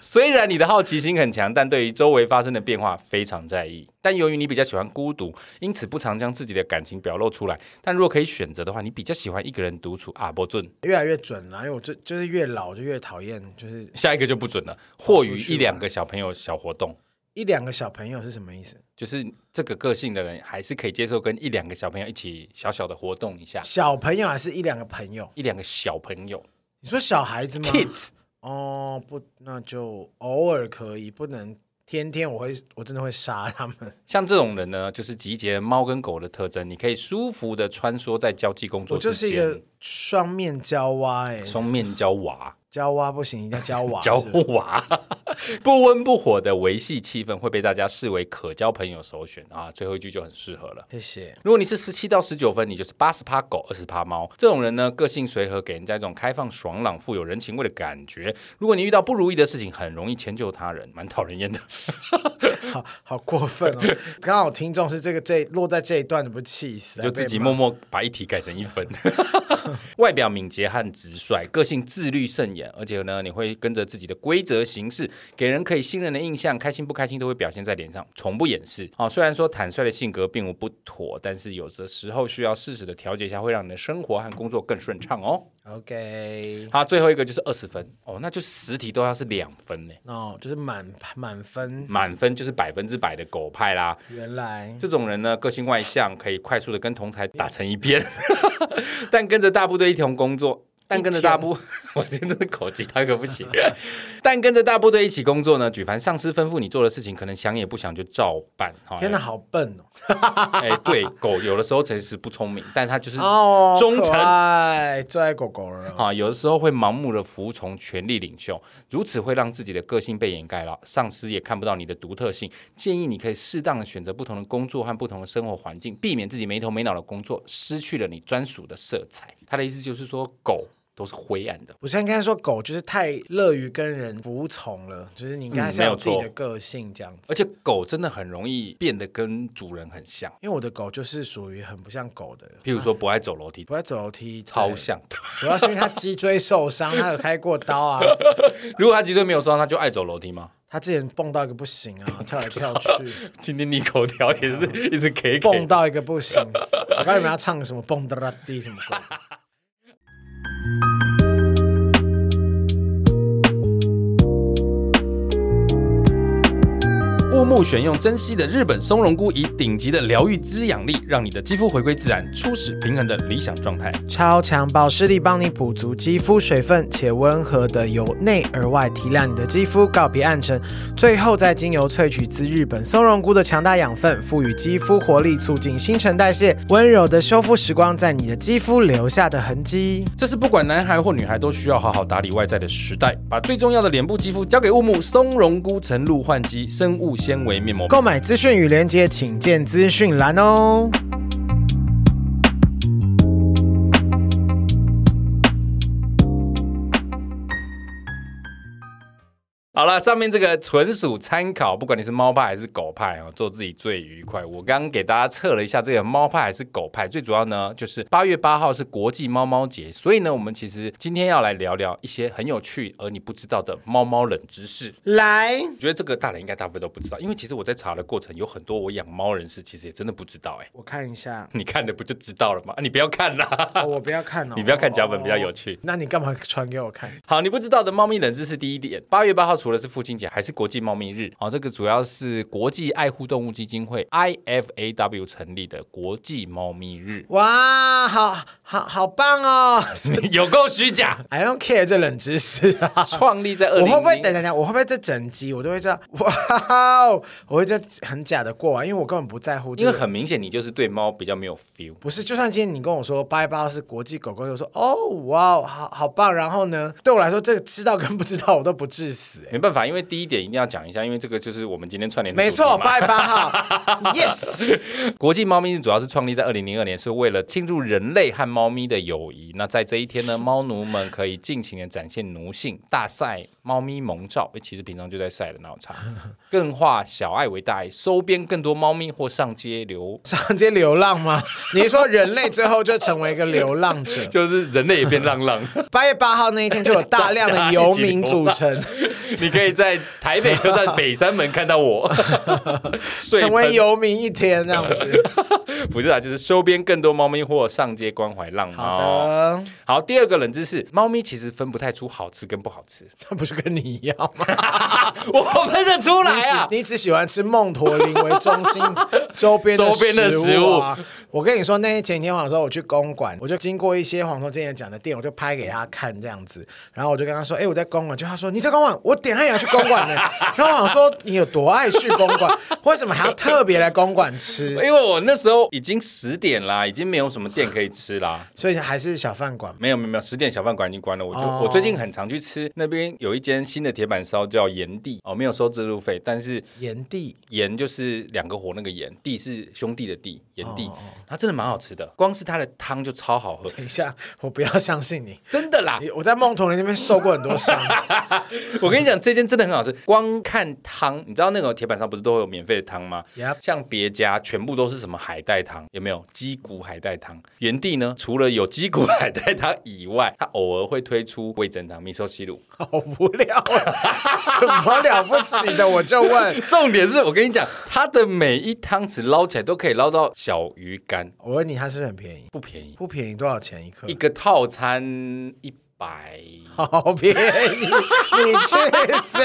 Speaker 2: 虽然你的好奇心很强，但对于周围发生的变化非常在意。但由于你比较喜欢孤独，因此不常将自己的感情表露出来。但如果可以选择的话，你比较喜欢一个人独处啊，不准。
Speaker 1: 越来越准了，因为我就就是越老我就越讨厌，就是
Speaker 2: 下一个就不准了，或与一两个小朋友小活动。
Speaker 1: 一两个小朋友是什么意思？
Speaker 2: 就是这个个性的人，还是可以接受跟一两个小朋友一起小小的活动一下，
Speaker 1: 小朋友还是一两个朋友？
Speaker 2: 一两个小朋友
Speaker 1: 你说小孩子吗
Speaker 2: kids，
Speaker 1: 哦，不，那就偶尔可以，不能天天我会，我真的会杀他们。
Speaker 2: 像这种人呢，就是集结猫跟狗的特征，你可以舒服的穿梭在交际工
Speaker 1: 我
Speaker 2: 作
Speaker 1: 就
Speaker 2: 之
Speaker 1: 是一
Speaker 2: 间
Speaker 1: 个。双面胶蛙、哎，
Speaker 2: 双面胶娃，
Speaker 1: 胶蛙不行，一定要胶 娃
Speaker 2: 胶
Speaker 1: 是不是
Speaker 2: 娃，不温不火的维系气氛会被大家视为可交朋友首选啊。最后一句就很适合了。
Speaker 1: 谢谢。
Speaker 2: 如果你是十七到十九分，你就是八十趴狗，二十趴猫。这种人呢，个性随和，给人家一种开放、爽朗、富有人情味的感觉。如果你遇到不如意的事情，很容易迁就他人，蛮讨人厌的。
Speaker 1: 好好过分 哦！刚好听众是这个这落在这一段，你不是气死？啊
Speaker 2: 就自己
Speaker 1: 还被
Speaker 2: 默
Speaker 1: 骂
Speaker 2: 默把一题改成一分。 外表敏捷和直率，个性自律慎言，而且呢，你会跟着自己的规则行事，给人可以信任的印象，开心不开心都会表现在脸上，从不掩饰。哦，虽然说坦率的性格并无不妥，但是有的时候需要适时的调节一下，会让你的生活和工作更顺畅哦。
Speaker 1: OK，
Speaker 2: 好，最后一个就是二十分哦，那就是十题都要是两分呢，
Speaker 1: 哦，就是满满分。
Speaker 2: 满分就是百分之百的狗派啦。
Speaker 1: 原来
Speaker 2: 这种人呢，个性 外向，可以快速的跟同台打成一片，但跟着大部队一同工作。但跟着大部， 我今天真的口技到一个不行。但跟着大部队一起工作呢，举凡上司吩咐你做的事情，可能想也不想就照办。哈
Speaker 1: 天哪，，好笨哦！
Speaker 2: 哎，对，狗有的时候其实不聪明，但它就是
Speaker 1: 哦，
Speaker 2: 哎忠
Speaker 1: 可
Speaker 2: 诚
Speaker 1: 爱，最爱狗狗了。
Speaker 2: 啊，有的时候会盲目的服从权力领袖，如此会让自己的个性被掩盖了，上司也看不到你的独特性。建议你可以适当的选择不同的工作和不同的生活环境，避免自己没头没脑的工作，失去了你专属的色彩。他的意思就是说，狗都是灰暗的。
Speaker 1: 我现在应该说狗就是太乐于跟人服从了，就是你应该
Speaker 2: 嗯
Speaker 1: 是要
Speaker 2: 没
Speaker 1: 有
Speaker 2: 有
Speaker 1: 自己
Speaker 2: 错
Speaker 1: 的个性这样子。
Speaker 2: 而且狗真的很容易变得跟主人很像，
Speaker 1: 因为我的狗就是属于很不像狗的，
Speaker 2: 譬如说不爱走楼 梯，
Speaker 1: 不爱走楼梯，
Speaker 2: 超
Speaker 1: 对
Speaker 2: 像 的。
Speaker 1: 主要是因为它脊椎受伤，它有开过刀啊，
Speaker 2: 如果它脊椎没有伤，它就爱走楼梯吗？
Speaker 1: 它之前蹦到一个不行啊，跳来跳去，
Speaker 2: 今天你口条也 是一直给
Speaker 1: 蹦到一个不行。我告诉你们要唱什么蹦哒哒滴什么 歌。
Speaker 2: 乌木选用珍稀的日本松茸菇，以顶级的疗愈滋养力，让你的肌肤回归自然、初始平衡的理想状态。
Speaker 1: 超强保湿力帮你补足肌肤水分，且温和的由内而外提亮你的肌肤，告别暗沉。最后再精油萃取自日本松茸菇的强大养分，赋予肌肤活力，促进新陈代谢，温柔的修复时光在你的肌肤留下的痕迹。
Speaker 2: 这是不管男孩或女孩都需要好好打理外在的时代，把最重要的脸部肌肤交给乌木松茸菇晨露焕肌生物纤维面膜。
Speaker 1: 购买资讯与链接，请见资讯栏哦。
Speaker 2: 好了，上面这个纯属参考，不管你是猫派还是狗派哦，做自己最愉快。我刚刚给大家测了一下这个猫派还是狗派，最主要呢就是八月八号是国际猫猫节，所以呢，我们其实今天要来聊聊一些很有趣而你不知道的猫猫冷知识。
Speaker 1: 来，
Speaker 2: 我觉得这个大人应该大部分都不知道，因为其实我在查的过程有很多我养猫人士其实也真的不知道哎、。
Speaker 1: 我看一下
Speaker 2: 你看了不就知道了吗？啊你不要看啦。
Speaker 1: 哦、我不要看哦，
Speaker 2: 你不要看脚本比较有
Speaker 1: 哦
Speaker 2: 趣
Speaker 1: 那你干嘛传给我看？，
Speaker 2: 好，你不知道的猫咪冷知识第一点，八月八号除了是父亲节，还是国际猫咪日。哦好、这个主要是国际爱护动物基金会 （IFAW） 成立的国际猫咪日
Speaker 1: 哇，好好好棒 哦
Speaker 2: 有够虚假。
Speaker 1: ！I don't care 这冷知识啊。
Speaker 2: 创立在二
Speaker 1: 我
Speaker 2: 零，
Speaker 1: 会不会等等等？我会不会这整集我都会这样？哇哦，我会这样很假的过完，因为我根本不在乎这
Speaker 2: 因为
Speaker 1: 个。
Speaker 2: 很明显你就是对猫比较没有 feel。
Speaker 1: 不是，就算今天你跟我说八月八号是国际狗狗日，我说哦哇哦，好好棒。然后呢，对我来说，这个知道跟不知道我都不致死、欸。
Speaker 2: 没办法，因为第一点一定要讲一下，因为这个就是我们今天串联的
Speaker 1: 没
Speaker 2: 主题
Speaker 1: 错，
Speaker 2: 嘛
Speaker 1: 八月八号 ，yes，
Speaker 2: 国际猫咪日主要是创立在二零零二年，是为了庆祝人类和猫咪的友谊。那在这一 天呢，猫奴们可以尽情的展现奴性，大晒猫咪萌照。诶其实平常就在晒了，哪有差？更化小爱为大爱，收编更多猫咪或上街流，
Speaker 1: 上街流浪吗？你是说人类最后就成为一个流浪 者？
Speaker 2: 就是人类也变浪 浪。
Speaker 1: 八月八号那一天就有大量的游民组成，
Speaker 2: 你可以在台北车站北三门看到 我，睡
Speaker 1: 成
Speaker 2: 盆
Speaker 1: 为游民一天这样子。
Speaker 2: 不是啊，就是收编更多猫咪或上街关怀浪猫。
Speaker 1: 好的，
Speaker 2: 好，第二个冷知识，猫咪其实分不太出好吃跟不好吃。
Speaker 1: 那不是跟你一样吗？
Speaker 2: 我分得出来啊！
Speaker 1: 你只你只喜欢吃梦驼林为中 心周边
Speaker 2: 周边的
Speaker 1: 食
Speaker 2: 食
Speaker 1: 物
Speaker 2: 物
Speaker 1: 啊。我跟你说，那天前天晚上的时候我去公馆，我就经过一些黄忠之前讲的店，我就拍给他看这样子。然后我就跟他说：“哎、我在公馆。”就他说：“你在公馆？我点开也要去公馆 呢。”然后我想说：“你有多爱去公馆？为什么还要特别来公馆 吃？”
Speaker 2: 因为我那时候已经十点啦，已经没有什么店可以吃啦。
Speaker 1: 所以还是小饭馆嘛。
Speaker 2: 没有没有没有，十点小饭馆已经关了。我就、
Speaker 1: 哦
Speaker 2: 我最近很常去吃，那边有一间新的铁板烧叫炎帝哦，没有收自入费，但是
Speaker 1: 炎帝
Speaker 2: 炎就是两个火那个炎，帝是兄弟的弟，炎帝，它真的蛮好吃的，光是它的汤就超好喝，
Speaker 1: 等一下，我不要相信你。
Speaker 2: 真的啦！
Speaker 1: 你我在梦驼林那边受过很多伤，
Speaker 2: 我跟你讲，这间真的很好吃，光看汤，你知道那个铁板烧不是都会有免费的汤吗
Speaker 1: Yep
Speaker 2: 像别家全部都是什么海带汤，有没有鸡骨海带汤？原地呢，除了有鸡骨海带汤以外， 它偶尔会推出味噌汤、米寿西鲁。
Speaker 1: 好无聊啊！什么了不起的？我就问，
Speaker 2: 重点是我跟你讲，它的每一汤匙捞起来都可以捞到小鱼干，
Speaker 1: 我问你，它是不是很便宜？
Speaker 2: 不便宜，
Speaker 1: 不便宜，多少钱一克
Speaker 2: 一？个套餐一百
Speaker 1: 好便宜，你去死！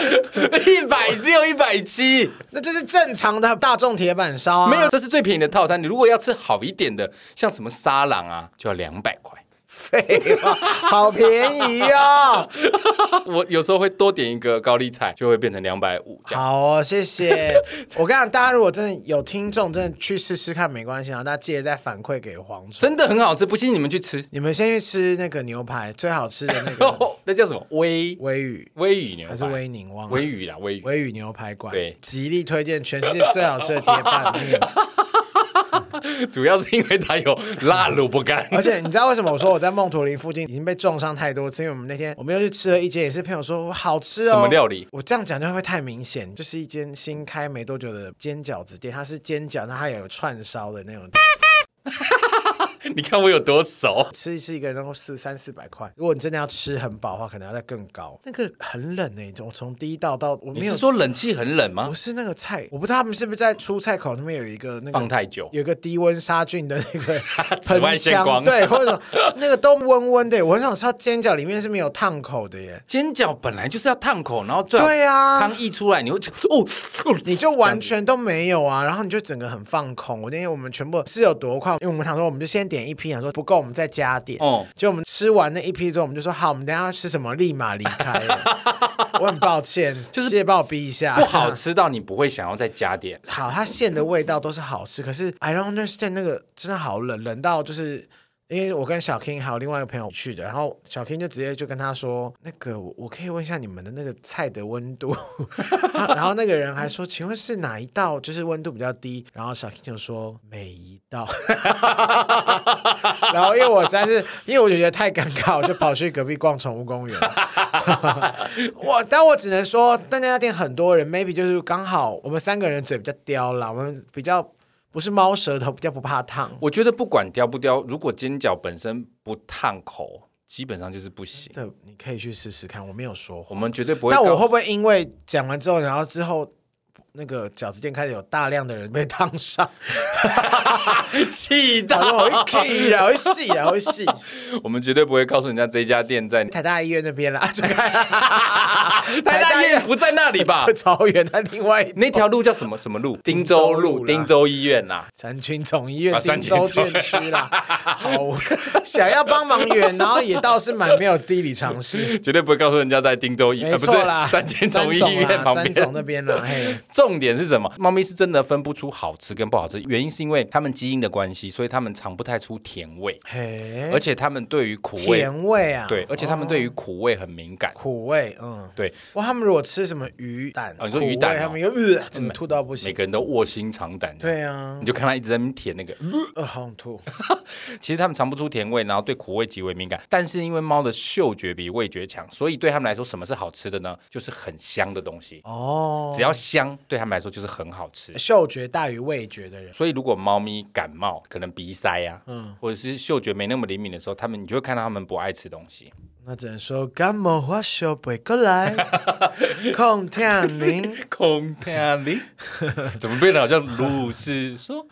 Speaker 2: 一百六、一百七。
Speaker 1: 那就是正常的大众铁板烧啊，
Speaker 2: 没有，这是最便宜的套餐。你如果要吃好一点的，像什么沙朗啊，就要两百块。
Speaker 1: 废话，好便宜哦！
Speaker 2: 我有时候会多点一个高丽菜，就会变成两百五。
Speaker 1: 好哦，谢谢。我跟你讲，大家如果真的有听众，真的去试试看没关系，啊然后大家记得再反馈给蝗虫。
Speaker 2: 真的很好吃，不信你们去吃。
Speaker 1: 你们先去吃那个牛排，最好吃的那 个
Speaker 2: 哦，那叫什么？微
Speaker 1: 微雨
Speaker 2: 微雨牛排
Speaker 1: 还是威宁忘了。
Speaker 2: 微雨啦，微雨。
Speaker 1: 微雨牛排馆，
Speaker 2: 对
Speaker 1: 极力推荐全世界最好吃的铁板 面。
Speaker 2: 主要是因为它有辣萝卜 干。
Speaker 1: 而且你知道为什么我说我在梦图林附近已经被重伤太多次？因为我们那天我们又去吃了一间，也是朋友说哇好吃哦。
Speaker 2: 什么料理？
Speaker 1: 我这样讲就会不会太明显？就是一间新开没多久的煎饺子店，它是煎饺，那它也有串烧的那种，
Speaker 2: 你看我有多熟。
Speaker 1: 吃一次一个人都四三四百块。如果你真的要吃很饱的话，可能要再更高。那个很冷诶、我从第一道到我
Speaker 2: 你
Speaker 1: 没有
Speaker 2: 是说冷气很冷吗
Speaker 1: 不？是那个菜，我不知道他们是不是在出菜口那边有一个那个
Speaker 2: 放太久
Speaker 1: 有一个低温杀菌的那个
Speaker 2: 紫外
Speaker 1: 喷
Speaker 2: 线
Speaker 1: 枪，
Speaker 2: 光
Speaker 1: 对，或者什么那个都温温的。欸我很想知道煎饺里面是没有烫口的耶。
Speaker 2: 煎饺本来就是要烫口，然后最好
Speaker 1: 对啊
Speaker 2: 汤，溢出来，你会哦哦，
Speaker 1: 你就完全都没有啊，然后你就整个很放空。我那天我们全部是有多快，因为我们想说我们就先点一批，想说不够我们再加点。
Speaker 2: 哦，
Speaker 1: 就我们吃完那一批之后，我们就说好，我们等一下要吃什么，立马离开 了。我很抱歉，
Speaker 2: 啊就是
Speaker 1: 谢谢帮我逼一下，
Speaker 2: 不好吃到你不会想要再加点。
Speaker 1: 好，它馅的味道都是好吃，可是 I don't understand 那个真的好冷，冷到就是。因为我跟小 King 还有另外一个朋友去的，然后小 King 就直接就跟他说：“那个我我可以问一下你们的那个菜的温度。然后”然后那个人还说：“请问是哪一道就是温度比较低？”然后小 King 就说：“每一道。” 然后因为我实在是因为我就觉得太尴尬，我就跑去隔壁逛宠物公园。 我，但我只能说，但那家店很多人，maybe 就是刚好我们三个人嘴比较刁啦，我们比较不是猫舌头，比较不怕烫。
Speaker 2: 我觉得不管雕不雕，如果煎饺本身不烫口，基本上就是不行。
Speaker 1: 对，你可以去试试看，我没有说
Speaker 2: 我
Speaker 1: 谎。
Speaker 2: 们绝对不会
Speaker 1: 但
Speaker 2: 告。
Speaker 1: 我会不会因为讲完之后，然后之后那个饺子店开始有大量的人被烫 伤？
Speaker 2: 气
Speaker 1: 然后
Speaker 2: 到，
Speaker 1: 我会 K，然后会细，然后会细。
Speaker 2: 我们绝对不会告诉人家这一家店在
Speaker 1: 台大医院那边啊啦，就
Speaker 2: 台大医院不在那里吧
Speaker 1: 就？超远，但另外一
Speaker 2: 那条路叫什么什么路？汀
Speaker 1: 州
Speaker 2: 州
Speaker 1: 路
Speaker 2: 路，
Speaker 1: 啦
Speaker 2: 汀州医院啊啦。
Speaker 1: 三军总医院
Speaker 2: 啊
Speaker 1: 汀州
Speaker 2: 三
Speaker 1: 卷区啦，好 想要帮忙圆，然后也倒是蛮没有地理常 识，
Speaker 2: 绝对不会告诉人家在汀州医，
Speaker 1: 没
Speaker 2: 呃啊不
Speaker 1: 错啦，
Speaker 2: 是 三间总医
Speaker 1: 三总
Speaker 2: 院
Speaker 1: 啦
Speaker 2: 旁
Speaker 1: 三
Speaker 2: 边
Speaker 1: 总。那边啦，嘿，
Speaker 2: 重点是什么？猫咪是真的分不出好吃跟不好吃，原因是因为它们基因的关系，所以它们尝不太出甜味，而
Speaker 1: 嘿，
Speaker 2: 且它们对于苦味，
Speaker 1: 甜味啊，
Speaker 2: 对，而且它们
Speaker 1: 哦
Speaker 2: 对于苦味很敏感。
Speaker 1: 苦味，嗯，
Speaker 2: 对，
Speaker 1: 哇，他们如果吃什么鱼蛋，
Speaker 2: 哦你说鱼蛋
Speaker 1: 苦味
Speaker 2: 哦
Speaker 1: 他们又呃，怎么吐到不
Speaker 2: 每
Speaker 1: 行？
Speaker 2: 个人都卧薪尝胆，
Speaker 1: 对啊
Speaker 2: 你，就看它一直在那边舔 那个，
Speaker 1: 呃，好想吐，
Speaker 2: 其实它们尝不出甜味，然后对苦味极为敏感。但是因为猫的嗅觉比味觉强，所以对它们来说，什么是好吃的呢？就是很香的东西，
Speaker 1: 哦
Speaker 2: 只，要香，对它们来说就是很好吃。
Speaker 1: 嗅觉大于味觉的人，
Speaker 2: 所以如果猫咪感冒，可能鼻塞呀、啊，
Speaker 1: 嗯，
Speaker 2: 或者是嗅觉没那么灵敏的时候，它们你就会看到它们不爱吃东西。
Speaker 1: 那只能说感冒发烧背过 来，空天啊您。
Speaker 2: 空天里 怎么变得好像鲁是说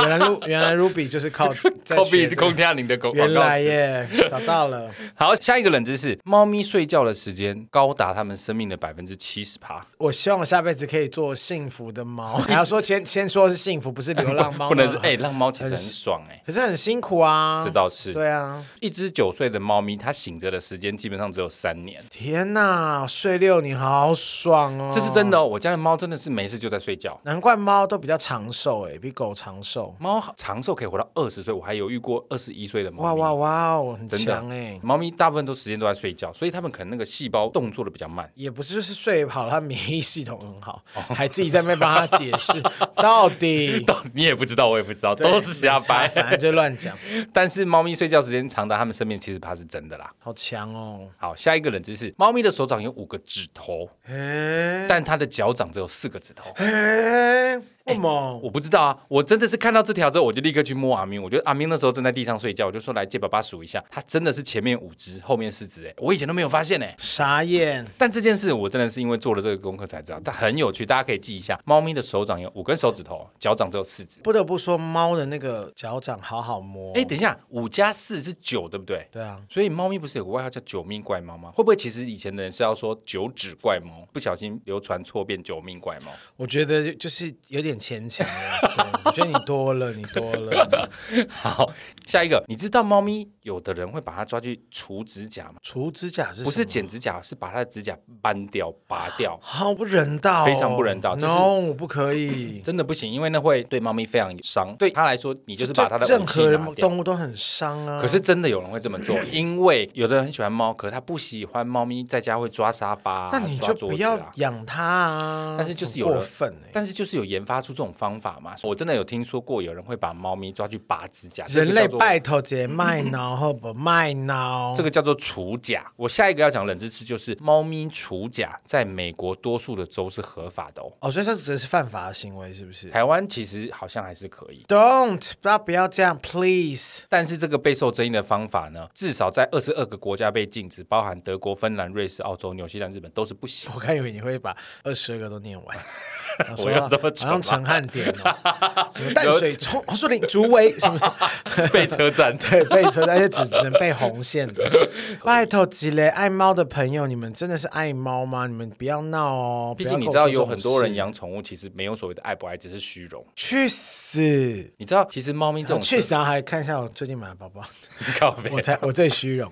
Speaker 1: 原来 Ru 原来 Ruby 就是 靠 在学
Speaker 2: copy
Speaker 1: 这个
Speaker 2: 空天里的广广
Speaker 1: 原
Speaker 2: 告
Speaker 1: 来
Speaker 2: 词？
Speaker 1: 耶，找到了，
Speaker 2: 好，下一个冷知识：猫咪睡觉的时间高达它们生命的百分之七十趴，
Speaker 1: 我希望我下辈子可以做幸福的 猫。还要说先先说是幸福，不是流浪猫，
Speaker 2: 不能是哎、
Speaker 1: 很
Speaker 2: 让猫其实很
Speaker 1: 哦很
Speaker 2: 爽哎、
Speaker 1: 可是很辛苦啊。
Speaker 2: 这倒是。
Speaker 1: 对啊，
Speaker 2: 一只九岁的猫咪，它醒着的时间基本上只有三年，
Speaker 1: 天哪，睡六年好爽哦，
Speaker 2: 这是真的、哦。我家的猫真的是没事就在睡觉。
Speaker 1: 难怪猫都比较长寿哎，比狗长寿。
Speaker 2: 猫长寿可以活到二十岁，我还有遇过二十一岁的猫
Speaker 1: 哇
Speaker 2: 咪
Speaker 1: 哇哇哦，很
Speaker 2: 真
Speaker 1: 强
Speaker 2: 的
Speaker 1: 哎，。
Speaker 2: 猫咪大部分都时间都在睡觉，所以它们可能那个细胞动作的比较慢。
Speaker 1: 也不是就是睡好，它免疫系统很好，
Speaker 2: 哦
Speaker 1: 还自己在那边帮它解 释到底，
Speaker 2: 你也不知道，我也不知道，
Speaker 1: 对
Speaker 2: 都是瞎
Speaker 1: 没差反
Speaker 2: 掰。
Speaker 1: 正就乱讲，
Speaker 2: 但是猫咪睡觉时间长达它们生命七十趴是真的啦。
Speaker 1: 好强哦。
Speaker 2: 好，下一个冷知识：猫咪的手掌有五个指头，
Speaker 1: 哎
Speaker 2: 但它的脚掌只有四个指头。
Speaker 1: 哎，为什么？
Speaker 2: 我不知道啊，我真的是看到这条之后，我就立刻去摸阿明。我觉得阿明那时候正在地上睡觉，我就说来借爸爸数一下，它真的是前面五只，后面四只。哎，我以前都没有发现哎、
Speaker 1: 傻眼，
Speaker 2: 但这件事我真的是因为做了这个功课才知道，但很有趣，大家可以记一下。猫咪的手掌有五根哎手指头，脚掌只有四只。
Speaker 1: 不得不说猫的那个脚掌好好摸。哦
Speaker 2: 哎，等一下，五加四是九，对不对？
Speaker 1: 对啊，
Speaker 2: 所以猫咪不是有个外号叫“九命怪猫”吗？会不会其实以前的人是要说“九指怪猫”，不小心流传错变“九命怪猫
Speaker 1: 我觉得就是有点牵强 了。对我觉得你多了，你多了。”？
Speaker 2: 好，下一个，你知道猫咪有的人会把它抓去除指甲嘛，
Speaker 1: 除指甲是
Speaker 2: 不
Speaker 1: 什
Speaker 2: 是
Speaker 1: 么
Speaker 2: 剪指甲，是把它的指甲扳掉、拔 掉。
Speaker 1: 好不人道哦、
Speaker 2: 非常不人道这是
Speaker 1: No，我不可以。
Speaker 2: 真的不行，因为那会对猫咪非常伤。对它来说，你就是把它的
Speaker 1: 任
Speaker 2: 武器
Speaker 1: 何
Speaker 2: 拿
Speaker 1: 人
Speaker 2: 掉。
Speaker 1: 动物都很伤啊。
Speaker 2: 可是真的有人会这么 做，因为有的人很喜欢猫，可是他不喜欢猫咪在家会抓沙发、啊，
Speaker 1: 那你
Speaker 2: 抓
Speaker 1: 就
Speaker 2: 桌
Speaker 1: 不
Speaker 2: 子
Speaker 1: 要
Speaker 2: 啊。
Speaker 1: 养它啊！
Speaker 2: 但是就是
Speaker 1: 很
Speaker 2: 有
Speaker 1: 过
Speaker 2: 人
Speaker 1: 分哎、
Speaker 2: 但是就是有研发出这种方法嘛？我真的有听说过有人会把猫咪抓去拔指甲，这个
Speaker 1: 人类
Speaker 2: 叫做
Speaker 1: 拜托节卖脑后不卖脑，
Speaker 2: 这个叫做除甲。我下一个要讲冷知识就是猫咪除甲，在美国多数的州是合法的哦，
Speaker 1: 哦，所以这只是犯法的行为，是不是
Speaker 2: 台湾其实好像还是可以。
Speaker 1: ？Don't，不要不要这样，please。
Speaker 2: 但是这个备受争议的方法呢，至少在二十二个国家被禁止，包含德国、芬兰、瑞士、澳洲、纽西兰、日本都是不行。
Speaker 1: 我刚以为你会把二十二个都念 完，我
Speaker 2: 我要这么久
Speaker 1: 好像
Speaker 2: 吗
Speaker 1: 陈汉典 哦，什么淡水冲黄树林竹围什么
Speaker 2: 被车站
Speaker 1: 对被车，而且只能被红线的。拜托几嘞，爱猫的朋友，你们真的是爱猫吗？你们不要闹哦！
Speaker 2: 毕
Speaker 1: 不要
Speaker 2: 竟你
Speaker 1: 跟我做
Speaker 2: 知道
Speaker 1: 这
Speaker 2: 有
Speaker 1: 种
Speaker 2: 很多人
Speaker 1: 事
Speaker 2: 养宠物，其实没有所谓的爱不爱，只是虚荣。
Speaker 1: 去死，
Speaker 2: 你知道，其实猫咪这种
Speaker 1: 去死！然后还看一下我最近买的包包，
Speaker 2: 靠 背
Speaker 1: 我，才我最虚荣。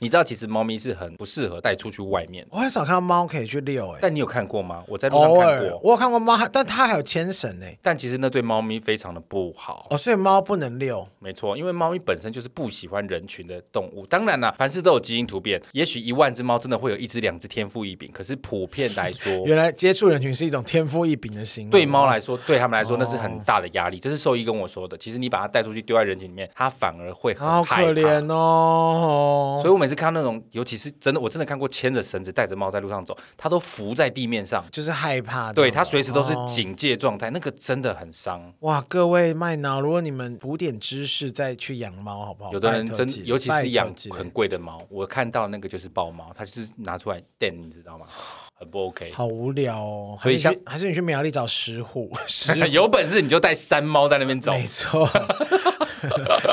Speaker 2: 你知道其实猫咪是很不适合带出去外面的。
Speaker 1: 我很少看到猫可以去遛哎、
Speaker 2: 但你有看过吗？我在路上
Speaker 1: 偶
Speaker 2: 看
Speaker 1: 尔
Speaker 2: 过，
Speaker 1: 我有看过猫，但它还有牵绳哎。
Speaker 2: 但其实那对猫咪非常的不好。
Speaker 1: 哦，所以猫不能遛。。
Speaker 2: 没错，因为猫咪本身就是不喜欢人群的动物。当然啦，凡事都有基因突变，也许一万只猫真的会有一只、两只天赋异禀，可是普遍来说
Speaker 1: 原来接触人群是一种天赋异禀的行为。
Speaker 2: 对猫来说，对他们来说那是
Speaker 1: 哦
Speaker 2: 很大的压力。这是兽医跟我说的。其实你把它带出去丢在人群里面，它反而会很
Speaker 1: 好
Speaker 2: 害怕。
Speaker 1: 可怜哦。
Speaker 2: 所以我每次看到那种，尤其是真的，我真的看过牵着绳子带着猫在路上走，它都浮在地面上，
Speaker 1: 就是害怕，
Speaker 2: 对，
Speaker 1: 他
Speaker 2: 它随时都是
Speaker 1: 紧。
Speaker 2: 警戒状态，那个真的很伤。
Speaker 1: 哇，各位麦脑，如果你们补点知识再去养猫，好不好？
Speaker 2: 有的人真
Speaker 1: 拜托，
Speaker 2: 尤其是养
Speaker 1: 拜托
Speaker 2: 很贵的猫，我看到那个就是豹猫，它就是拿出来电，你知道吗？很不 OK。
Speaker 1: 好无聊哦。
Speaker 2: 所以
Speaker 1: 还是你去还是你去苗栗找石虎，石虎
Speaker 2: 有本事你就带山猫在那边 走。
Speaker 1: 没
Speaker 2: 哎、
Speaker 1: 错，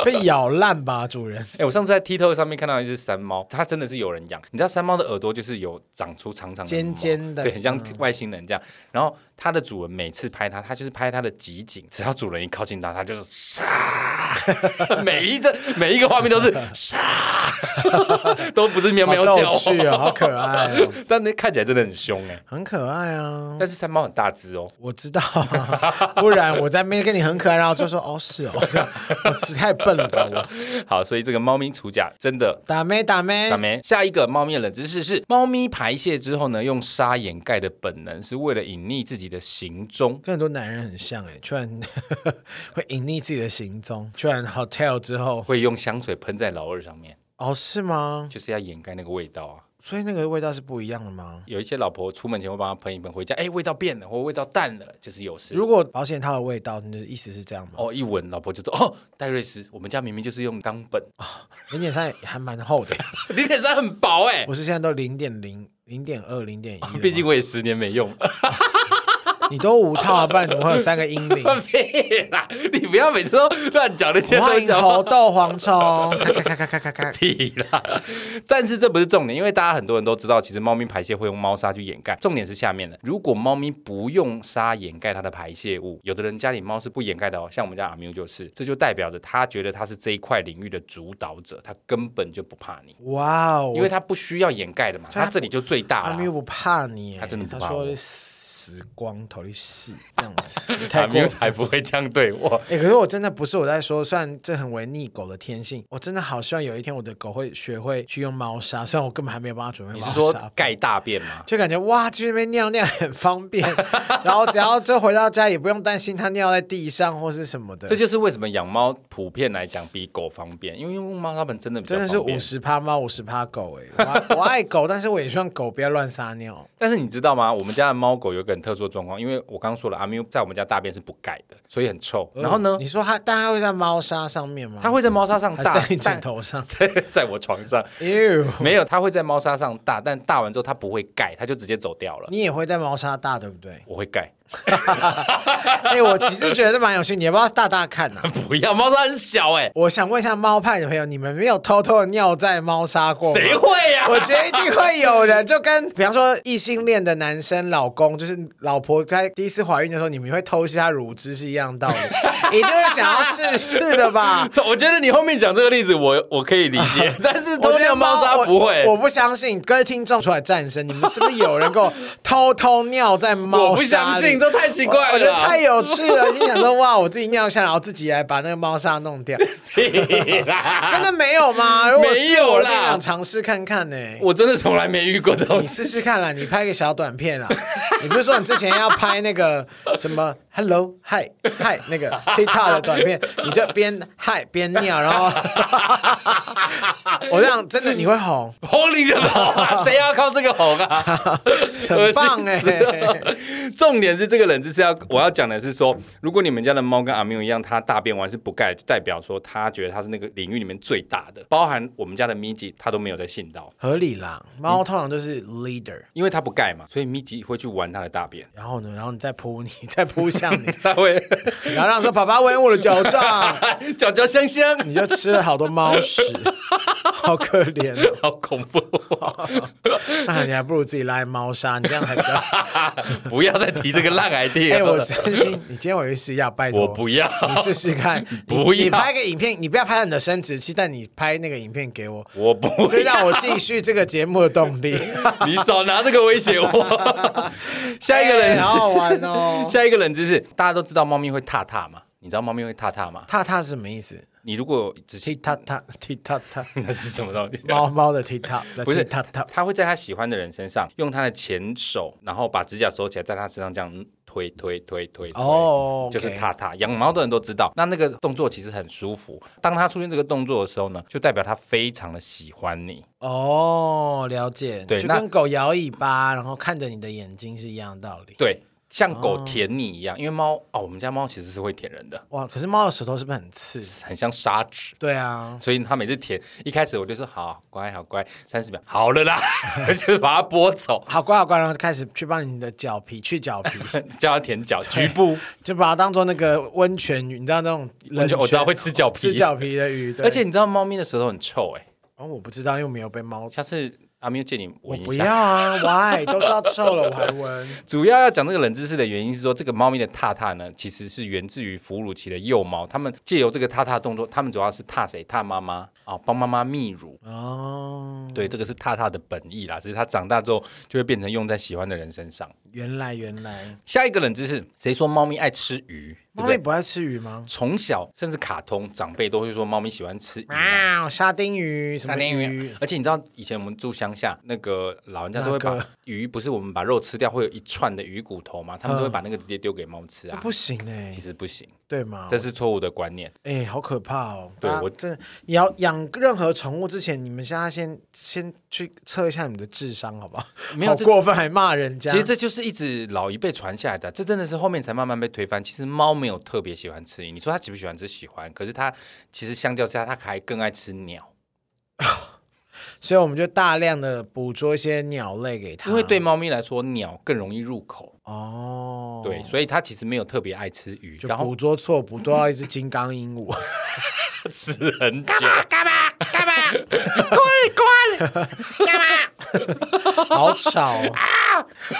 Speaker 1: 被咬烂吧，主人。
Speaker 2: 哎我上次在 TikTok 上面看到一只山猫，它真的是有人养。你知道山猫的耳朵就是有长出长长的
Speaker 1: 尖
Speaker 2: 毛
Speaker 1: 尖的嗯
Speaker 2: 对，很像外星人这样。然后它的主人每次拍它，它就是拍它的集锦，只要主人一靠近它，它就是杀。 每一个每一个画面都是杀， 都不是喵
Speaker 1: 好
Speaker 2: 喵
Speaker 1: 逗
Speaker 2: 叫。
Speaker 1: 趣哦，好可爱哦，
Speaker 2: 但那看起来真的很凶哎、
Speaker 1: 很可爱啊。
Speaker 2: 但是山猫很大只哦，
Speaker 1: 我知道 啊、不然我在那边跟你很可爱，然后就说哦是哦，这样我是太笨了吧我。
Speaker 2: 好，所以这个猫咪除甲真的。
Speaker 1: 打咩打咩
Speaker 2: 咱们哎下一个猫咪的冷知识是，猫咪排泄之后呢，用沙掩盖的本能是为了隐匿自己的行踪。
Speaker 1: 跟很多男人很像哎、居然 会隐匿自己的行踪，居然 hotel 之后
Speaker 2: 会用香水喷在老二上面，
Speaker 1: 哦是吗？
Speaker 2: 就是要掩盖那个味道啊。
Speaker 1: 所以那个味道是不一样的吗？
Speaker 2: 有一些老婆出门前会帮他喷一喷，回家哎味道变了或味道淡了，就是有事
Speaker 1: 如。果保险套的味道，你的意思是这样吗？
Speaker 2: 哦，一闻老婆就说哦，戴瑞斯，我们家明明就是用钢本，
Speaker 1: 零点三还蛮厚 的，
Speaker 2: 你脸上很薄哎、
Speaker 1: 不是现在都零点零、零点二、零点一，
Speaker 2: 毕竟我也十年没用，
Speaker 1: 你都无套啊，不然怎么会有三个英 灵？
Speaker 2: 屁啦！你不要每次都乱讲人家都
Speaker 1: 欢迎
Speaker 2: 想
Speaker 1: 猴痘蝗虫，咔咔咔咔咔咔咔。
Speaker 2: 屁啦！但是这不是重点，因为大家很多人都知道，其实猫咪排泄会用猫砂去掩盖。重点是下面的，如果猫咪不用砂掩盖它的排泄物，有的人家里猫是不掩盖的哦，像我们家阿喵就是，这就代表着它觉得它是这一块领域的主导者，它根本就不怕你，
Speaker 1: 哇哦，
Speaker 2: 因为它不需要掩盖的嘛，
Speaker 1: 对啊
Speaker 2: 它这里就最大
Speaker 1: 阿
Speaker 2: 了
Speaker 1: 咪。又不怕你耶，
Speaker 2: 他真的不
Speaker 1: 他
Speaker 2: 怕
Speaker 1: 说
Speaker 2: 我
Speaker 1: 死光头的戏这样 子，你
Speaker 2: 阿
Speaker 1: 太过
Speaker 2: 喵
Speaker 1: 分。
Speaker 2: 才不会这样对我。
Speaker 1: 哎、可是我真的不是我在说，虽然这很违逆狗的天性，我真的好希望有一天我的狗会学会去用猫砂，虽然我根本还没有帮它准备
Speaker 2: 你
Speaker 1: 猫砂。
Speaker 2: 是说盖大便吗？
Speaker 1: 就感觉哇，去那边尿尿很方便，然后只要就回到家也不用担心它尿在地上或是什么的
Speaker 2: 这。就是为什么养猫普遍来讲比狗方便，因为用猫砂盆真的比较
Speaker 1: 真的
Speaker 2: 方
Speaker 1: 是五
Speaker 2: 便。
Speaker 1: 十趴猫，五十趴狗哎、我爱我爱狗，但是我也希望狗不要乱撒尿。
Speaker 2: 但是你知道吗？我们家的猫狗有一个很特殊的状况，因为我刚刚说了，阿喵在我们家大便是不盖的，所以很臭。 然后呢
Speaker 1: 哦你，说它，但它会在猫砂上面吗？
Speaker 2: 它会在猫砂上
Speaker 1: 还
Speaker 2: 大
Speaker 1: 是在你，枕
Speaker 2: 但
Speaker 1: 头上？
Speaker 2: 在在我床上
Speaker 1: 哎呦，
Speaker 2: 没有，它会在猫砂上大，但大完之后它不会盖，它就直接走掉了。
Speaker 1: 你也会在猫砂大对不对？
Speaker 2: 我会盖，
Speaker 1: 哎、我其实觉得蛮有趣，你要不要大大看 啊？
Speaker 2: 不要，猫砂很小哎、
Speaker 1: 我想问一下猫派的朋友，你们没有偷偷的尿在猫砂过吗？
Speaker 2: 谁会呀、
Speaker 1: 哦我觉得一定会有人，就跟比方说异性恋的男生老公，就是老婆在第一次怀孕的时候，你们会偷吸她乳汁是一样道 理，一定会想要试试的吧？
Speaker 2: 我觉得你后面讲这个例子我，我可以理 解，但是偷
Speaker 1: 我觉
Speaker 2: 尿
Speaker 1: 得
Speaker 2: 猫砂不会，
Speaker 1: 我，我不相信。各位听众出来战声，你们是不是有人给我偷偷尿在猫砂里？
Speaker 2: 我不相信，这太奇怪了，
Speaker 1: 我觉得太有趣了。你想说哇，我自己尿一下，然后自己来把那个猫砂弄 掉，
Speaker 2: 屁啦，
Speaker 1: 真的没有吗？如果是
Speaker 2: 没有啦
Speaker 1: 我一定想尝试看看呢、
Speaker 2: 我真的从来没遇过这种
Speaker 1: 你试试看啦，你拍个小短片啦。 你不是说你之前要拍那个什么 Hello Hi Hi 那个 TikTok 的短 片，你就边嗨边尿，然后我这样真的你会红，
Speaker 2: 红领的 红啊，谁要靠这个红啊？
Speaker 1: 很棒哎、
Speaker 2: 重点是这个冷知识要我要讲的是说，如果你们家的猫跟阿明一样，它大便完是不盖，就代表说它觉得它是那个领域里面最大的，包含我们家的咪吉，它都没有在信到，
Speaker 1: 合理啦。猫通常都是 leader，
Speaker 2: 因为它不盖嘛，所以咪吉会去玩它的大便，
Speaker 1: 然后呢，然后你再扑你，再扑向你，
Speaker 2: 它会
Speaker 1: 然后让说爸爸吻我的脚掌，
Speaker 2: 脚脚香香，
Speaker 1: 你就吃了好多猫屎， 好可怜哦。
Speaker 2: 好恐怖，
Speaker 1: 那你还不如自己拉猫砂，你这样还比较。
Speaker 2: 不要再提这个烂 idea
Speaker 1: 哎、
Speaker 2: 了，
Speaker 1: 我真心，你今天我去试一下，拜托。
Speaker 2: 我不要。
Speaker 1: 你试试看，你
Speaker 2: 不要
Speaker 1: 你拍个影片，你不要拍你的生殖器，但你拍那个影片给我，
Speaker 2: 我不
Speaker 1: 这让我继续这个节目的动力。
Speaker 2: 你少拿这个威胁 我。 下一个冷
Speaker 1: 哎
Speaker 2: 知
Speaker 1: 好好
Speaker 2: 识，
Speaker 1: 玩哦。
Speaker 2: 下一个冷知识，大家都知道猫咪会踏踏嘛？你知道猫咪会踏踏吗？
Speaker 1: 踏踏是什么意思？
Speaker 2: 你如果
Speaker 1: 踢
Speaker 2: 仔细，
Speaker 1: 踏踏，踢踏踏，
Speaker 2: 那是什么道理？
Speaker 1: 猫猫的踢踏，
Speaker 2: 不是
Speaker 1: 踏踏。
Speaker 2: 它会在它喜欢的人身上用它的前手，然后把指甲收起来，在它身上这样推推推推。推
Speaker 1: 哦，
Speaker 2: 就是
Speaker 1: OK
Speaker 2: 踏踏，养猫的人都知道，那那个动作其实很舒服。当它出现这个动作的时候呢，就代表它非常的喜欢你。
Speaker 1: 哦，了解。
Speaker 2: 对
Speaker 1: 就
Speaker 2: 那
Speaker 1: 跟狗摇尾巴，然后看着你的眼睛是一样的道理。
Speaker 2: 对，像狗舔你一样，因为猫哦，我们家猫其实是会舔人的，
Speaker 1: 哇，可是猫的舌头是不是很刺？
Speaker 2: 很像砂纸。
Speaker 1: 对啊，
Speaker 2: 所以他每次舔，一开始我就说好乖好乖，三十秒好了啦， 就是把它拨走，
Speaker 1: 好乖好乖，然后就开始去帮你的脚皮去脚皮，
Speaker 2: 叫它舔脚局部。
Speaker 1: 就把它当做那个温泉鱼，你知道那种冷
Speaker 2: 温泉
Speaker 1: 泉，
Speaker 2: 我知道会吃脚皮
Speaker 1: 吃脚皮的鱼。对
Speaker 2: 而且你知道猫咪的舌头很臭哎、
Speaker 1: 哦，我不知道，因为我没有被猫。
Speaker 2: 下次阿喵借你
Speaker 1: 我
Speaker 2: 闻
Speaker 1: 不
Speaker 2: 一
Speaker 1: 要
Speaker 2: 下。
Speaker 1: 啊，Why？都知 道臭了，我还闻。
Speaker 2: 主要要讲这个冷知识的原因是说，这个猫咪的踏踏呢，其实是源自于哺乳期的幼猫，它们借由这个踏踏动作，它们主要是踏谁？踏妈妈啊，帮妈妈泌乳。
Speaker 1: 哦，
Speaker 2: 对，这个是踏踏的本意啦，只是它长大之后就会变成用在喜欢的人身上。
Speaker 1: 原来原来，
Speaker 2: 下一个冷知识，谁说猫咪爱吃鱼？对不
Speaker 1: 猫
Speaker 2: 对
Speaker 1: 咪不爱吃鱼吗？
Speaker 2: 从小甚至卡通长辈都会说猫咪喜欢吃鱼嘛、
Speaker 1: 喵，沙丁鱼什么
Speaker 2: 沙丁鱼，，而且你知道以前我们住乡下，那个老人家都会
Speaker 1: 那
Speaker 2: 把
Speaker 1: 个
Speaker 2: 鱼，不是我们把肉吃掉，会有一串的鱼骨头嘛，他们都会把那个直接丢给猫吃啊。
Speaker 1: 嗯不哦行哎
Speaker 2: 其，实不行，
Speaker 1: 对吗？
Speaker 2: 这是错误的观念。
Speaker 1: 哎、好可怕哦！
Speaker 2: 对
Speaker 1: 大家
Speaker 2: 我
Speaker 1: 真的你要养任何宠物之前，你们现在先先去测一下你们的智商，好不好？
Speaker 2: 没有
Speaker 1: 好
Speaker 2: 这
Speaker 1: 过分，还骂人
Speaker 2: 其
Speaker 1: 家。
Speaker 2: 实这就是一直老一辈传下来的，啊这真的是后面才慢慢被推翻。其实猫没有特别喜欢吃鱼，你说它喜不喜欢吃？喜欢，可是它其实相较之下，它还更爱吃鸟，
Speaker 1: 所以我们就大量的捕捉一些鸟类给它，
Speaker 2: 因为对猫咪来说，鸟更容易入口，
Speaker 1: 哦，
Speaker 2: 对，，所以它其实没有特别爱吃鱼。
Speaker 1: 就
Speaker 2: 然后
Speaker 1: 捕捉错，捕捉到一只金刚鹦鹉，
Speaker 2: 吃 很久。
Speaker 3: 干嘛干嘛，滚滚，干嘛？
Speaker 1: 好吵、 哦，
Speaker 2: 啊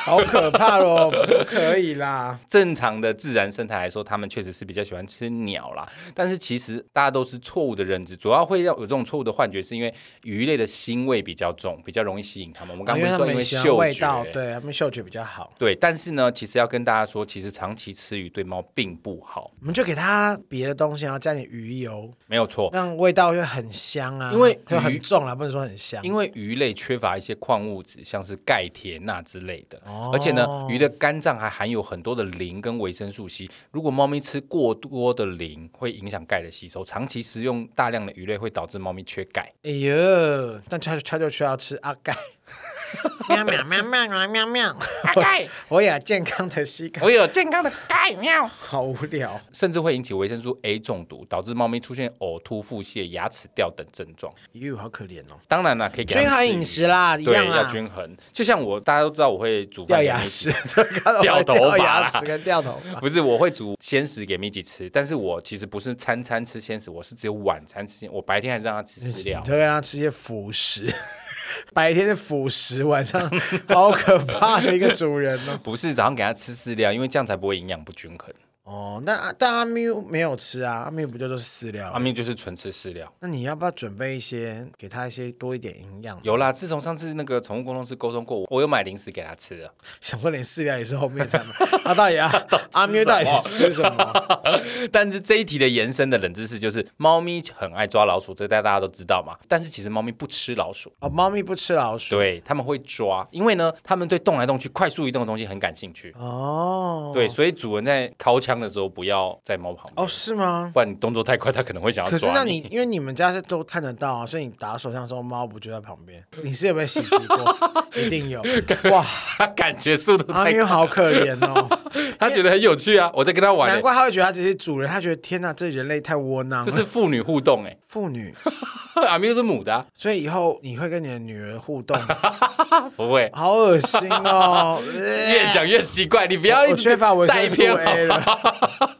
Speaker 1: 好可怕哦，不可以啦。
Speaker 2: 正常的自然生态来说，他们确实是比较喜欢吃鸟啦。但是其实大家都是错误的认知，主要会要有这种错误的幻觉，是因为鱼类的腥味比较重，比较容易吸引它 们。我们刚
Speaker 1: 因
Speaker 2: 刚不
Speaker 1: 为它
Speaker 2: 是说因为
Speaker 1: 们喜欢
Speaker 2: 嗅
Speaker 1: 味
Speaker 2: 觉
Speaker 1: 道，对他们嗅觉比较好，
Speaker 2: 对但是呢，其实要跟大家说，其实长期吃鱼对猫并不好，
Speaker 1: 我们就给它别的东西，然后加点鱼油，
Speaker 2: 没有错。
Speaker 1: 让味道又很香啊，
Speaker 2: 因为
Speaker 1: 又
Speaker 2: 鱼
Speaker 1: 很重啦，不能说很香，啊
Speaker 2: 因为鱼类缺乏一些矿物质，像是钙、铁、钠之类的，
Speaker 1: 哦
Speaker 2: 而且呢，鱼的肝脏还含有很多的磷跟维生素 C。如果猫咪吃过多的磷，会影响钙的吸收。长期食用大量的鱼类，会导致猫咪缺钙。
Speaker 1: 哎呦，但他他就需要吃阿钙，喵喵喵喵喵喵喵，
Speaker 3: 大 概
Speaker 1: 我有健康的膝盖，
Speaker 2: 我有哎健康的，
Speaker 3: 盖喵。
Speaker 1: 好无聊。
Speaker 2: 甚至会引起维生素 A 中毒，导致猫咪出现呕吐、腹泻、牙齿掉等症状。
Speaker 1: 哟，好可怜哦。
Speaker 2: 当然啦，可以给它
Speaker 1: 均衡
Speaker 2: 吃鱼
Speaker 1: 饮食啦，一
Speaker 2: 对，
Speaker 1: 样
Speaker 2: 要
Speaker 1: 啦。
Speaker 2: 均衡。就像我，大家都知道我会煮饭
Speaker 1: 掉
Speaker 2: 给
Speaker 1: 牙
Speaker 2: 米奇
Speaker 1: 齿，就看到
Speaker 2: 掉
Speaker 1: 我
Speaker 2: 头
Speaker 1: 掉
Speaker 2: 发
Speaker 1: 牙
Speaker 2: 啦
Speaker 1: 齿跟掉 头发。
Speaker 2: 不是，我会煮鲜食给米奇吃，但是我其实不是餐餐吃鲜食，我是只有晚餐吃鲜，我白天还是让它吃饲料
Speaker 1: 哎你。就让他吃些辅食， 白天是辅食，晚上好可怕的一个主人 哦。
Speaker 2: 不是早上给它吃饲料，因为这样才不会营养不均衡。
Speaker 1: 哦，那但阿咪没有吃啊，阿咪不就都是饲料
Speaker 2: 阿？明就是纯吃饲料。
Speaker 1: 那你要不要准备一些，给他一些多一点营养？
Speaker 2: 有啦，自从上次那个宠物沟通师沟通过，我有买零食给它吃了。
Speaker 1: 想不连饲料也是后面才买。 他到底啊，阿咪到底是吃什么？
Speaker 2: 但是这一题的延伸的冷知识就是，猫咪很爱抓老鼠，这大家都知道嘛。但是其实猫咪不吃老鼠，
Speaker 1: 哦，猫咪不吃老鼠。
Speaker 2: 对，它们会抓，因为呢，它们对动来动去、快速移动的东西很感兴趣。
Speaker 1: 哦，
Speaker 2: 对，，所以主人在掏枪的时候不要在猫旁边，
Speaker 1: 哦，是吗？
Speaker 2: 不然你动作太快，它可能会想要
Speaker 1: 可
Speaker 2: 抓
Speaker 1: 是那你因为你们家是都看得到啊，所以你打手枪的时候，猫不就在旁边？你是有没有袭击 过？一定有。哇，
Speaker 2: 他感觉速 度
Speaker 1: 阿
Speaker 2: 太
Speaker 1: 咪
Speaker 2: 快，
Speaker 1: 好可怜哦。
Speaker 2: 他觉得很有趣啊！我在跟他玩
Speaker 1: 难
Speaker 2: 欸、
Speaker 1: 怪他会觉得他只是主人，他觉得天哪，这人类太窝囊
Speaker 2: 这
Speaker 1: 了。
Speaker 2: 是父女互动哎、
Speaker 1: 妇女，
Speaker 2: 阿咪又是母的啊、
Speaker 1: 所以以后你会跟你的女儿互动，
Speaker 2: 不会。
Speaker 1: 好恶心哦！呃
Speaker 2: 越讲越奇怪，你 不要一
Speaker 1: 我
Speaker 2: 直
Speaker 1: 缺乏维
Speaker 2: 带
Speaker 1: 生素哎
Speaker 2: 偏
Speaker 1: A 了，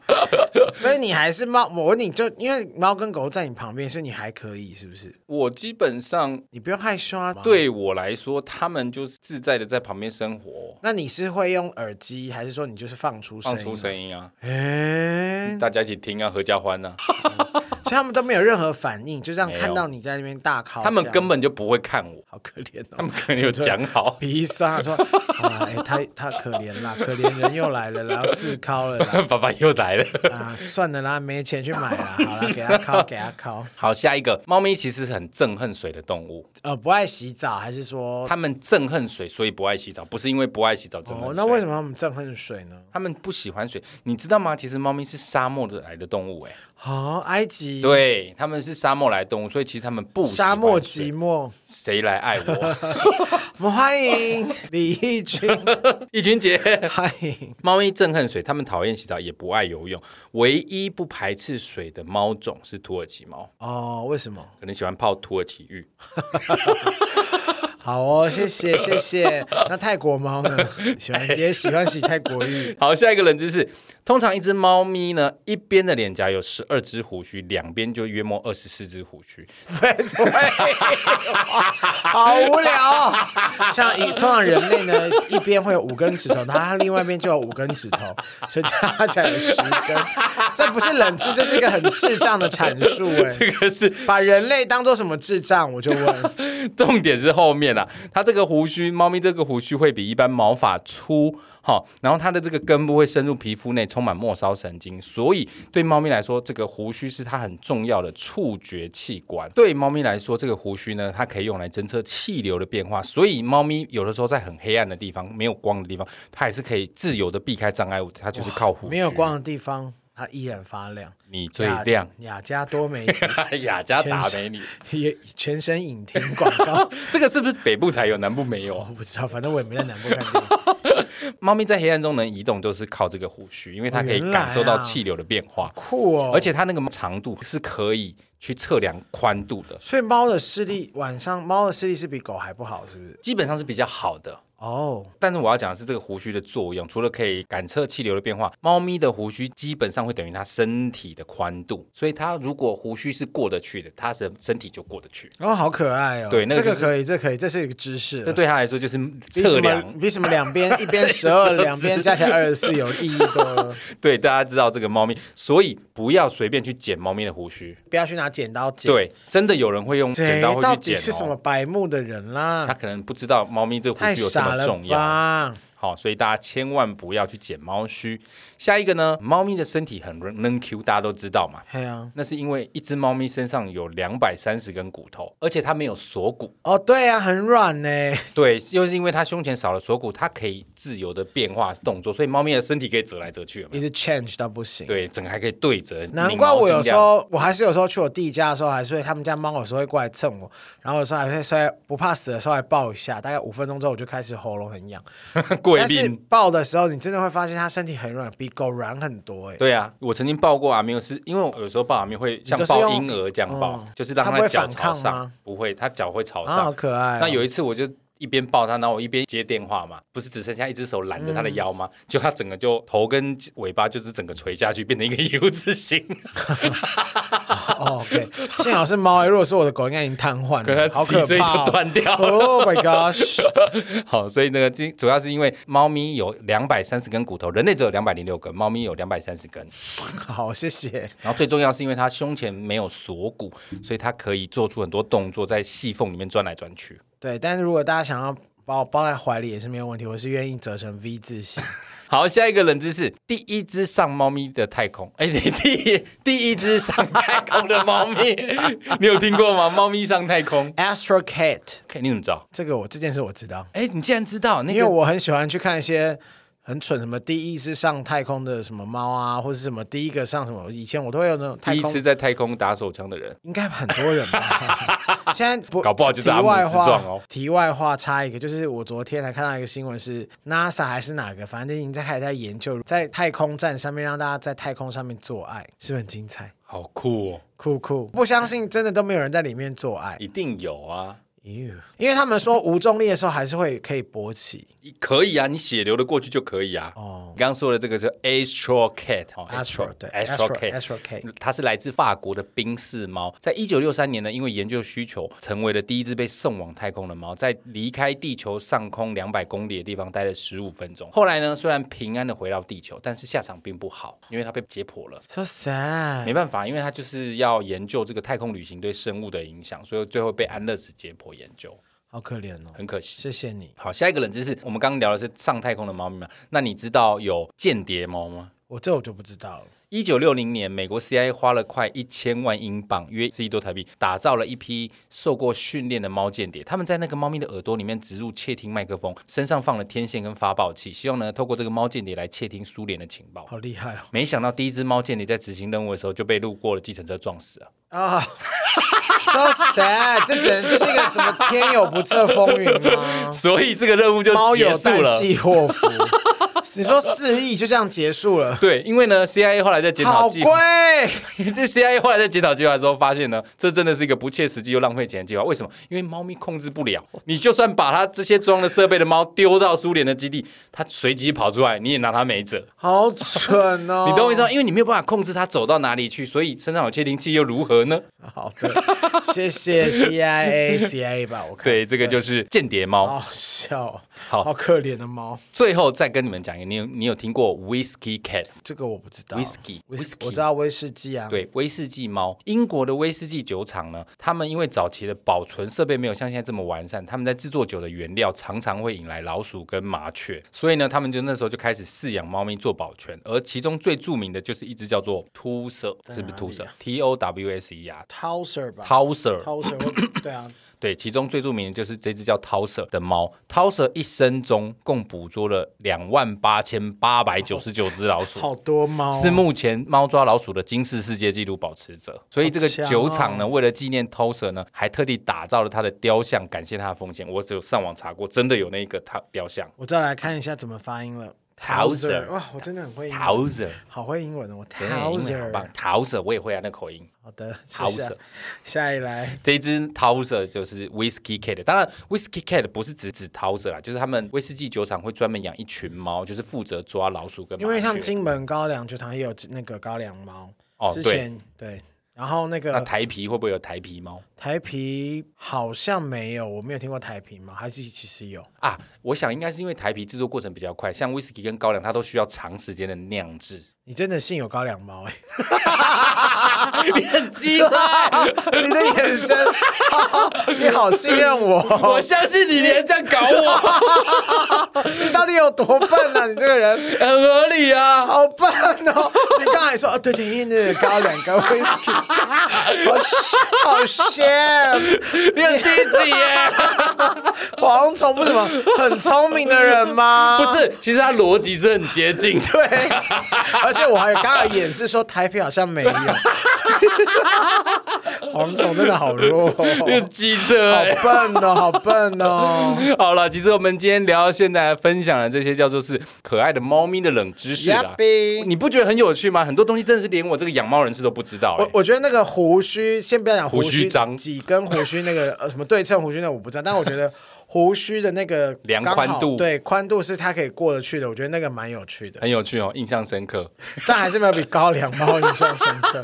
Speaker 1: 所以你还是猫。我问你就因为猫跟狗在你旁边，所以你还可以，是不是？
Speaker 2: 我基本上
Speaker 1: 你不用害羞啊。，
Speaker 2: 对我来说，他们就是自在的在旁边生活，
Speaker 1: 那你是会用耳机，还是说你就是放出声
Speaker 2: 放
Speaker 1: 音？
Speaker 2: 出声音啊，
Speaker 1: 哎，
Speaker 2: 大家一起听啊，合家欢啊。
Speaker 1: 所以他们都没有任何反应，就这样
Speaker 2: 没有
Speaker 1: 看到你在那边大靠。
Speaker 2: 他们根本就不会看我，
Speaker 1: 好可怜哦。
Speaker 2: 他们可能有 讲好，
Speaker 1: 鼻酸，他说：“啊，哎、他他可怜啦，可怜人又来了啦，然后自敲了啦，
Speaker 2: 爸爸又来了。
Speaker 1: 啊，算了啦，没钱去买啦，好啦，给他敲，给他敲。
Speaker 2: 好，下一个，猫咪其实是很憎恨水的动物，
Speaker 1: 呃，不爱洗澡，还是说，
Speaker 2: 它们憎恨水，所以不爱洗澡，不是因为不爱洗澡憎恨水。
Speaker 1: 哦，那为什么他们憎恨水呢？
Speaker 2: 他们不喜欢水，你知道吗？其实猫咪是沙漠的来的动物，哎，
Speaker 1: 哦，埃及，，
Speaker 2: 对，他们是沙漠来的动物，所以其实他们不喜欢
Speaker 1: 沙漠
Speaker 2: 水
Speaker 1: 寂寞。
Speaker 2: 谁来爱我？
Speaker 1: 我们欢迎李翊君，
Speaker 2: 易君姐，
Speaker 1: 欢迎。
Speaker 2: 猫咪憎恨水，它们讨厌洗澡，也不爱游泳。唯一不排斥水的猫种是土耳其猫，
Speaker 1: 哦，为什么？
Speaker 2: 可能喜欢泡土耳其浴。
Speaker 1: 好哦，谢谢谢谢。那泰国猫 呢？喜欢也喜欢洗泰国浴。
Speaker 2: 好，下一个冷知识，通常一只猫咪呢，一边的脸颊有十二只胡须，两边就约莫二十四只胡须。
Speaker 1: 好无聊、哦。像一通常人类呢，一边会有五根指头，然后它另外一边就有五根指头，所以加起来有十根。这不是冷知，这是一个很智障的阐 述哎。
Speaker 2: 这个是
Speaker 1: 把人类当做什么智障？我就 问，
Speaker 2: 重点是后面啦，它这个胡须，猫咪这个胡须会比一般毛发粗，好、然后它的这个根部会深入皮肤内，充满末梢神经，所以对猫咪来说，这个胡须是它很重要的触觉器官。对猫咪来说，这个胡须呢，它可以用来侦测气流的变化，所以猫咪有的时候在很黑暗的地方、没有光的地方，它也是可以自由的避开障碍物，它就是靠胡须。
Speaker 1: 没有光，的地方，它依然发亮，
Speaker 2: 你最亮。
Speaker 1: 雅。雅加多美体
Speaker 2: 雅加达美女，
Speaker 1: 也全身影厅广告，
Speaker 2: 这个是不是北部才有，南部没有啊
Speaker 1: 我？不知道，反正我也没在南部看过。
Speaker 2: 猫咪在黑暗中能移动，就是靠这个胡须，因为它可以感受到气流的变化，
Speaker 1: 酷啊哦！
Speaker 2: 而且它那个长度是可以去测量宽度的，
Speaker 1: 所以猫的视力晚上猫的视力是比狗还不好，是不是？
Speaker 2: 基本上是比较好的。
Speaker 1: 哦，
Speaker 2: 但是我要讲的是这个胡须的作用，除了可以感测气流的变化，猫咪的胡须基本上会等于它身体的宽度，所以它如果胡须是过得去的，它的身体就过得去。
Speaker 1: 哦，好可爱哦！
Speaker 2: 对那个
Speaker 1: 这个
Speaker 2: 就是
Speaker 1: 可以，这可以，这是一个知识
Speaker 2: 这
Speaker 1: 了。
Speaker 2: 对它来说就是
Speaker 1: 比什
Speaker 2: 测量
Speaker 1: 么比什么两边一边十二，两边加起来二十四有意义多了。
Speaker 2: 对，大家知道这个猫咪，所以不要随便去剪猫咪的胡须。
Speaker 1: 不要去拿剪刀剪。，
Speaker 2: 对，真的有人会用剪刀
Speaker 1: 谁
Speaker 2: 会
Speaker 1: 到
Speaker 2: 去
Speaker 1: 底
Speaker 2: 剪、哦。
Speaker 1: 是什么白目的人
Speaker 2: 他
Speaker 1: 啦？
Speaker 2: 可能不知道猫咪这个胡
Speaker 1: 太
Speaker 2: 须有这
Speaker 1: 傻
Speaker 2: 么
Speaker 1: 了
Speaker 2: 重要。
Speaker 1: 吧！
Speaker 2: 好、所以大家千万不要去剪猫须。下一个呢，猫咪的身体很嫩 Q，大家都知道嘛，
Speaker 1: 嘿啊，
Speaker 2: 那是因为一只猫咪身上有两百三十根骨头，而且它没有锁骨。
Speaker 1: 哦，对啊，很软呢、
Speaker 2: 对，又是因为它胸前少了锁骨，它可以自由的变化动作，所以猫咪的身体可以折来折去。有没
Speaker 1: 一
Speaker 2: 有
Speaker 1: 直 change 到不行。
Speaker 2: 对，整个还可以对折。
Speaker 1: 难
Speaker 2: 拧
Speaker 1: 怪
Speaker 2: 毛
Speaker 1: 我
Speaker 2: 巾
Speaker 1: 有
Speaker 2: 这
Speaker 1: 时
Speaker 2: 样
Speaker 1: 候，我还是有时候去我弟家的时候，还是会他们家猫有时候会过来蹭我，然后有时候还会稍微不怕死的稍微抱一下，大概五分钟之后我就开始喉咙很痒。
Speaker 2: 贵
Speaker 1: 但是
Speaker 2: 宾。
Speaker 1: 抱的时候，你真的会发现它身体很软，比狗软很多哎、欸。
Speaker 2: 对啊，我曾经抱过阿喵，是因为我有时候抱阿喵会像
Speaker 1: 你都是
Speaker 2: 抱
Speaker 1: 用
Speaker 2: 婴儿这样抱，
Speaker 1: 嗯
Speaker 2: 就是让
Speaker 1: 它
Speaker 2: 它
Speaker 1: 不会
Speaker 2: 的脚
Speaker 1: 反
Speaker 2: 朝
Speaker 1: 抗
Speaker 2: 上
Speaker 1: 吗，
Speaker 2: 不会，它脚会朝
Speaker 1: 啊，
Speaker 2: 上
Speaker 1: 好。可爱哦、
Speaker 2: 那有一次我就一边抱它，然后我一边接电话嘛，不是只剩下一只手揽着它的腰
Speaker 1: 嗯
Speaker 2: 吗？就它整个就头跟尾巴就是整个垂下去，变成一个 U 字形，
Speaker 1: 哦，OK，幸好是猫欸如果是我的狗，应该已经瘫 痪
Speaker 2: 跟它
Speaker 1: 了，好
Speaker 2: 脊
Speaker 1: 可
Speaker 2: 椎
Speaker 1: 怕
Speaker 2: 就
Speaker 1: 哦、
Speaker 2: 断掉了。
Speaker 1: Oh my gosh！
Speaker 2: 好，所以那个今主要是因为猫咪有两百三十根骨头，人类只有两百零六根，猫咪有两百三十根。
Speaker 1: 好，谢谢。
Speaker 2: 然后最重要是因为它胸前没有锁骨，所以它可以做出很多动作，在细缝里面钻来钻去。
Speaker 1: 对，但是如果大家想要把我抱在怀里也是没有问题，我是愿意折成 V 字形。
Speaker 2: 好，下一个冷知识：第一只上猫咪的太空，哎，第第第一只上太空的猫咪， 你有听过吗？猫咪上太空
Speaker 1: Astro Cat，
Speaker 2: ，OK，你怎么知道？
Speaker 1: 这个我这件事我知道，
Speaker 2: 哎，你竟然知道那
Speaker 1: 因为
Speaker 2: 个？
Speaker 1: 我很喜欢去看一些很蠢什么第一次上太空的什么猫啊，或是什么第一个上什么，以前我都会有那种太
Speaker 2: 第一
Speaker 1: 空
Speaker 2: 次。在太空打手枪的人，
Speaker 1: 应该很多人 吧，现在不
Speaker 2: 搞不好就是
Speaker 1: 题
Speaker 2: 阿姆
Speaker 1: 外
Speaker 2: 斯
Speaker 1: 话
Speaker 2: 壮哦
Speaker 1: 题外话插一个，就是我昨天才看到一个新闻，是 NASA 还是哪个，反正已经在开始在研究在太空站上面让大家在太空上面做爱，是不是很精彩？
Speaker 2: 好酷哦！
Speaker 1: 酷酷，不相信真的都没有人在里面做爱，
Speaker 2: 一定有啊，
Speaker 1: 因为他们说无重力的时候还是会可以勃起
Speaker 2: 可以啊，你血流的过去就可以啊。
Speaker 1: 哦
Speaker 2: 你刚刚说的这个是 Astro Cat 哦
Speaker 1: Astro，对
Speaker 2: Astro Cat
Speaker 1: Astro Cat
Speaker 2: 它是来自法国的宾士猫，在一九六三年呢，因为研究需求，成为了第一只被送往太空的猫，在离开地球上空两百公里的地方待了十五分钟。后来呢，虽然平安的回到地球，但是下场并不好，因为它被解剖了。
Speaker 1: ，so sad，
Speaker 2: 没办法，因为它就是要研究这个太空旅行对生物的影响，所以最后被安乐死解剖研究，
Speaker 1: 好可怜哦，
Speaker 2: 很可惜。
Speaker 1: 谢谢你，
Speaker 2: 好，下一个冷知识，我们刚刚聊的是上太空的猫咪嘛？那你知道有间谍猫吗？
Speaker 1: 我这我就不知道了，
Speaker 2: 一九六零年，美国 CIA 花了快一千万英镑，约十亿多台币，打造了一批受过训练的猫间谍。他们在那个猫咪的耳朵里面植入窃听麦克风，身上放了天线跟发报器，希望呢透过这个猫间谍来窃听苏联的情报。
Speaker 1: 好厉害哦
Speaker 2: 没想到第一只猫间谍在执行任务的时候就被路过的计程车撞死了。
Speaker 1: 啊、s o sad，这只能就是一个什么天有不测风云吗？
Speaker 2: 所以 这个任务就
Speaker 1: 猫
Speaker 2: 结
Speaker 1: 有
Speaker 2: 束
Speaker 1: 旦
Speaker 2: 了。
Speaker 1: 夕祸福， 你说四亿就这样结束 了，
Speaker 2: 对，因为呢，CIA 后来在检讨
Speaker 1: 好
Speaker 2: 计
Speaker 1: 贵
Speaker 2: 划， 这 CIA 后来在检讨计划的时候发现呢，这真的是一个不切实际又浪费钱的计划。为什么？因为猫咪控制不了，你就算把它这些装了设备的猫丢到苏联的基地，它随即跑出来，你也拿它没辙。
Speaker 1: 好蠢哦，
Speaker 2: 你懂我意思吗？因为你没有办法控制它走到哪里去，所以身上有窃听器又如何呢？
Speaker 1: 好的，谢谢 CIA CIA 吧，我看
Speaker 2: 对，这个就是间谍猫。
Speaker 1: 好笑哦，
Speaker 2: 好
Speaker 1: 好可怜的猫，
Speaker 2: 最后再跟你们讲一个，你有你有听过 Whiskey Cat？
Speaker 1: 这个我不知道。
Speaker 2: Whisky，
Speaker 1: 威士
Speaker 2: Whisky
Speaker 1: 我知道威士忌啊。，
Speaker 2: 对，威士忌猫，英国的威士忌酒厂呢，他们因为早期的保存设备没有像现在这么完善，他们在制作酒的原料常常会引来老鼠跟麻雀，所以呢，他们就那时候就开始饲养猫咪做保全，而其中最著名的就是一只叫做秃蛇，是不是秃蛇？T
Speaker 1: 啊
Speaker 2: O W S E R。
Speaker 1: Towser 吧。
Speaker 2: 涛蛇，
Speaker 1: Towser，我对啊，
Speaker 2: 对，其中最著名的就是这只叫涛蛇的猫。涛蛇一生中共捕捉了两万八千八百九十九只老鼠，
Speaker 1: 好多猫哦。
Speaker 2: 是目前猫抓老鼠的金氏世界纪录保持者，所以这个
Speaker 1: 好强哦
Speaker 2: 酒厂呢，为了纪念偷蛇呢，还特地打造了它的雕像，感谢它的奉献。我只有上网查过，真的有那个它雕像
Speaker 1: 我再来看一下怎么发音了。
Speaker 2: Towser
Speaker 1: 哇，我真的很会英文，
Speaker 2: 桃蛇，
Speaker 1: 好会英文哦，我
Speaker 2: 对，因为好
Speaker 1: Towser
Speaker 2: 棒，。桃蛇我也会啊，那口音。
Speaker 1: 好的，谢谢
Speaker 2: Towser
Speaker 1: 啊。下一来
Speaker 2: 这一只桃蛇就是 Whisky Cat，当然 Whisky Cat 不是只指桃蛇啦，就是他们威士忌酒厂会专门养一群猫，就是负责抓老鼠跟麻
Speaker 1: 因为像
Speaker 2: 雀
Speaker 1: 金门高粱酒厂也有那个高粱猫
Speaker 2: 啊哦，
Speaker 1: 之
Speaker 2: 对，
Speaker 1: 前对然后那
Speaker 2: 那
Speaker 1: 个
Speaker 2: 台皮会不会有台皮猫
Speaker 1: 台皮好像没有，我没有听过台皮吗？还是其实有？
Speaker 2: 啊？我想应该是因为台皮制作过程比较快，像威士忌跟高粱，它都需要长时间的酿制。
Speaker 1: 你真的信有高粱猫 哎、
Speaker 2: 你很机 车，
Speaker 1: 你的眼神， 你好信任我，哦
Speaker 2: 我相信你，你还这样搞我，
Speaker 1: 你到底有多笨啊？你这个人
Speaker 2: 很合理啊！
Speaker 1: 好笨哦！你刚才说哦，对对对，高粱跟 whisky，好好 shame，
Speaker 2: 你很低级耶。
Speaker 1: 蝗虫不是什么很聪明的人吗？
Speaker 2: 不是，其实它逻辑是很接近的。
Speaker 1: 对，而且我还刚好演示说台北好像没有，黄总真的好弱，好
Speaker 2: 你很机车耶。
Speaker 1: 笨哦，好笨哦。
Speaker 2: 好了，其实我们今天聊到现在，分享了这些叫做是可爱的猫咪的冷知识啦。
Speaker 1: Yuppie
Speaker 2: 你不觉得很有趣吗？很多东西真的是连我这个养猫人士都不知道、
Speaker 1: 我
Speaker 2: 欸。
Speaker 1: 我觉得那个胡须，先不要讲
Speaker 2: 胡须
Speaker 1: 须
Speaker 2: 章
Speaker 1: 几根胡须那 个呃什么对称胡须那我不知道，但我觉 得胡须的那个
Speaker 2: 量
Speaker 1: 刚好
Speaker 2: 宽度
Speaker 1: 对宽度是它可以过得去的，我觉得那个蛮有趣的，
Speaker 2: 很有趣哦，印象深刻。
Speaker 1: 但还是没有比高粱猫印象深 刻。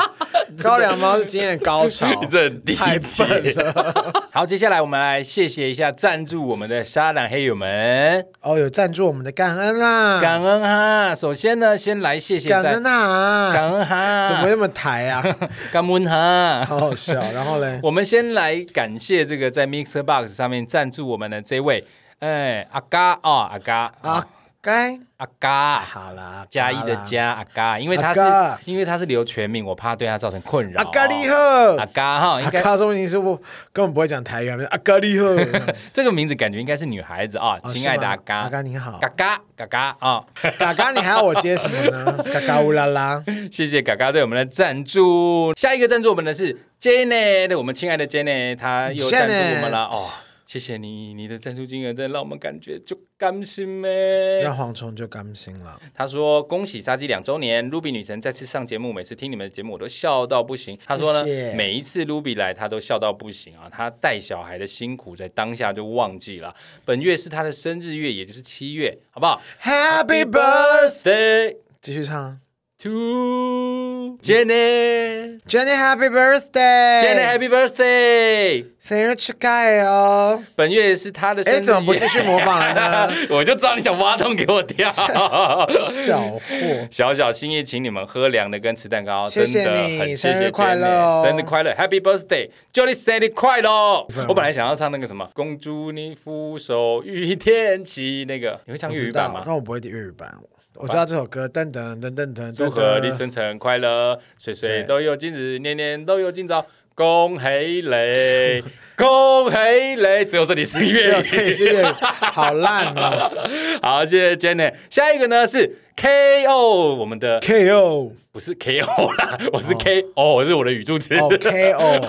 Speaker 1: 高粱猫是今天的高 潮，
Speaker 2: 你 这很低
Speaker 1: 太
Speaker 2: 级
Speaker 1: 笨了。
Speaker 2: 好，接下来我们来谢谢一下赞助我们的沙朗黑友们，
Speaker 1: 哦，有赞助我们的感恩啊啦，
Speaker 2: 感恩哈。首先呢，先来谢谢
Speaker 1: 感
Speaker 2: 赞
Speaker 1: 恩啊，
Speaker 2: 感恩哈，
Speaker 1: 怎么那么抬 啊？
Speaker 2: 感恩哈。
Speaker 1: 好好笑。然后嘞，
Speaker 2: 我们先来感谢这个在 Mixer Box 上面赞助我们的这位，哎、阿嘎啊、哦，阿嘎
Speaker 1: 啊，该
Speaker 2: 阿嘎。
Speaker 1: 好啦，
Speaker 2: 嘉义的嘉阿嘎，因为他
Speaker 1: 阿嘎
Speaker 2: 是因为他是留全名，我怕对他造成困扰。
Speaker 1: 阿咖喱
Speaker 2: 阿
Speaker 1: 赫，
Speaker 2: 嘎哈，应
Speaker 1: 阿
Speaker 2: 该
Speaker 1: 咖说明是不根本不会讲台语，啊阿咖喱赫，
Speaker 2: 这个名字感觉应该是女孩子啊，
Speaker 1: 哦
Speaker 2: 亲爱
Speaker 1: 是
Speaker 2: 的
Speaker 1: 吗
Speaker 2: 阿嘎，
Speaker 1: 阿嘎你好
Speaker 2: 嘎嘎嘎嘎啊，
Speaker 1: 嘎嘎，你还要我接什么 呢？嘎嘎乌拉拉，
Speaker 2: 谢谢嘎嘎对我们的赞助。下一个赞助我们的是 Jenny，我们亲爱的 Jenny，她又赞助我们了哦，谢谢你，你的赞助金额真的让我们感觉就甘心呗。
Speaker 1: 那蝗虫就甘心了。
Speaker 2: 他说：“恭喜杀鸡两周年，Ruby 女神再次上节目，每次听你们的节目我都笑到不行。”他说呢，
Speaker 1: 谢谢
Speaker 2: 每一次 Ruby 来，她都笑到不行啊！她带小孩的辛苦在当下就忘记了。本月是她的生日月，也就是七月，好不好
Speaker 1: Happy birthday，
Speaker 2: birthday
Speaker 1: 继续唱
Speaker 2: to Jenny，Jenny
Speaker 1: ，Jenny Happy Birthday，Jenny
Speaker 2: Happy birthday！
Speaker 1: 生日吃盖哦。
Speaker 2: 本月是她的生日
Speaker 1: 哎，
Speaker 2: 月，
Speaker 1: 怎么不继续模仿了啊呢？
Speaker 2: 我就知道你想挖洞给 我跳。
Speaker 1: 小货，
Speaker 2: 小小心意，请你们喝凉的跟吃蛋糕，
Speaker 1: 谢谢
Speaker 2: 真的
Speaker 1: 你
Speaker 2: 很谢
Speaker 1: 生日
Speaker 2: 谢
Speaker 1: 快
Speaker 2: Jenny，
Speaker 1: 乐哦
Speaker 2: 生日快乐，Happy Birthday，Jolly 生日快乐！哦我本来想要唱那个什么“恭祝你福寿与天齐”，那个你会唱
Speaker 1: 我
Speaker 2: 粤语
Speaker 1: 知
Speaker 2: 版
Speaker 1: 道，
Speaker 2: 吗？
Speaker 1: 那我不会粤语版，我知道这首歌，噔噔噔噔噔，
Speaker 2: 祝贺你生辰快 乐，岁岁
Speaker 1: 对
Speaker 2: 都有今日，年年都有今朝。恭喜 你，恭喜你！只有这里是
Speaker 1: 只
Speaker 2: 粤
Speaker 1: 有这里是
Speaker 2: 语。
Speaker 1: 粤语，好烂 哦。
Speaker 2: 好，谢谢 Jenny。下一个呢是 KO，我们的
Speaker 1: KO
Speaker 2: 不是 KO 啦，我是 KO，、是我的语助词。
Speaker 1: 哦 KO，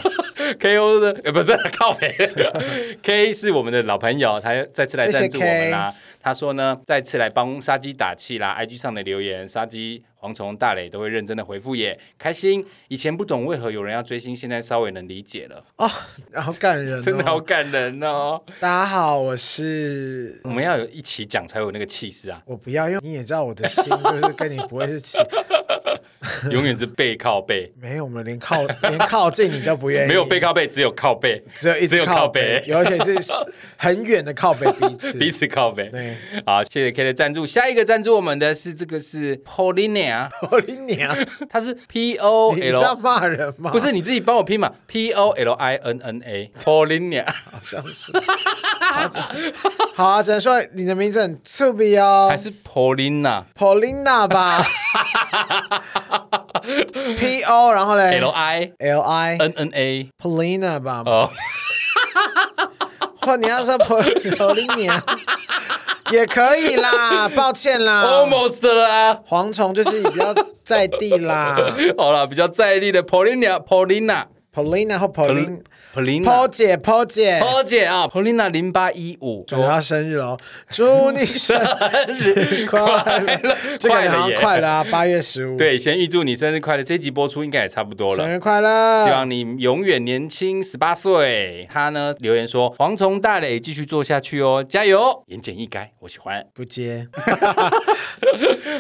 Speaker 2: KO 的呃不是靠北 ，K 是我们的老朋友，他再次来赞助我们啦。他说呢，再次来帮杀鸡打气啦。IG 上的留言，杀鸡、蝗虫、大磊都会认真的回复耶，开心。以前不懂为何有人要追星，现在稍微能理解了，
Speaker 1: 然后哦感人哦，
Speaker 2: 真的好感人哦。
Speaker 1: 大家好，我是，
Speaker 2: 我们要有一起讲才有那个气势 啊
Speaker 1: 我不要，因为你也知道我的心就是跟你不会 是起，，
Speaker 2: 永远是背靠背
Speaker 1: 没有，我们连靠 连靠近你都不愿意，
Speaker 2: 没有背，靠背，只有靠背，
Speaker 1: 只有一
Speaker 2: 只
Speaker 1: 直
Speaker 2: 有
Speaker 1: 靠
Speaker 2: 靠
Speaker 1: 北
Speaker 2: 背，
Speaker 1: 而且是很远的靠北彼此，
Speaker 2: 彼此靠背。
Speaker 1: 对，
Speaker 2: 好，谢谢 K 的赞助。下一个赞助我们的是这个是 Polina，
Speaker 1: 我的 娘，
Speaker 2: 他是 P O
Speaker 1: 你是要
Speaker 2: 哦 L。
Speaker 1: 骂人吗？
Speaker 2: 不是你自己帮我拼嘛？P O L I N N A Polinia，
Speaker 1: 好像是。 好啊，只能说你的名字很刺鼻哦
Speaker 2: 还是 Polina
Speaker 1: ，Polina 吧，P O，然后嘞
Speaker 2: L I
Speaker 1: L I
Speaker 2: N N A
Speaker 1: Polina 吧，
Speaker 2: 哦，
Speaker 1: 或你要说 Polina 也可以啦，抱歉啦，
Speaker 2: 啊 almost 啦。
Speaker 1: 蝗虫就是比较在地啦
Speaker 2: 好了，比较在地的 Polinia Polina
Speaker 1: ，Polina 或 Polin
Speaker 2: Polina
Speaker 1: Po 姐 Po 姐，
Speaker 2: Paul 姐啊，Polina 零八一五，
Speaker 1: 主要生日哦，祝你生日快乐，这个
Speaker 2: 快了
Speaker 1: 好像
Speaker 2: 耶
Speaker 1: 快了啊，八月十五，，
Speaker 2: 对，先预祝你生日快乐。这一集播出应该也差不多了
Speaker 1: 生。日快乐，
Speaker 2: 希望你永远年轻十八岁。他呢留言说：“蝗虫大磊继续做下去哦，加油！”言简意赅，我喜欢。
Speaker 1: 不接，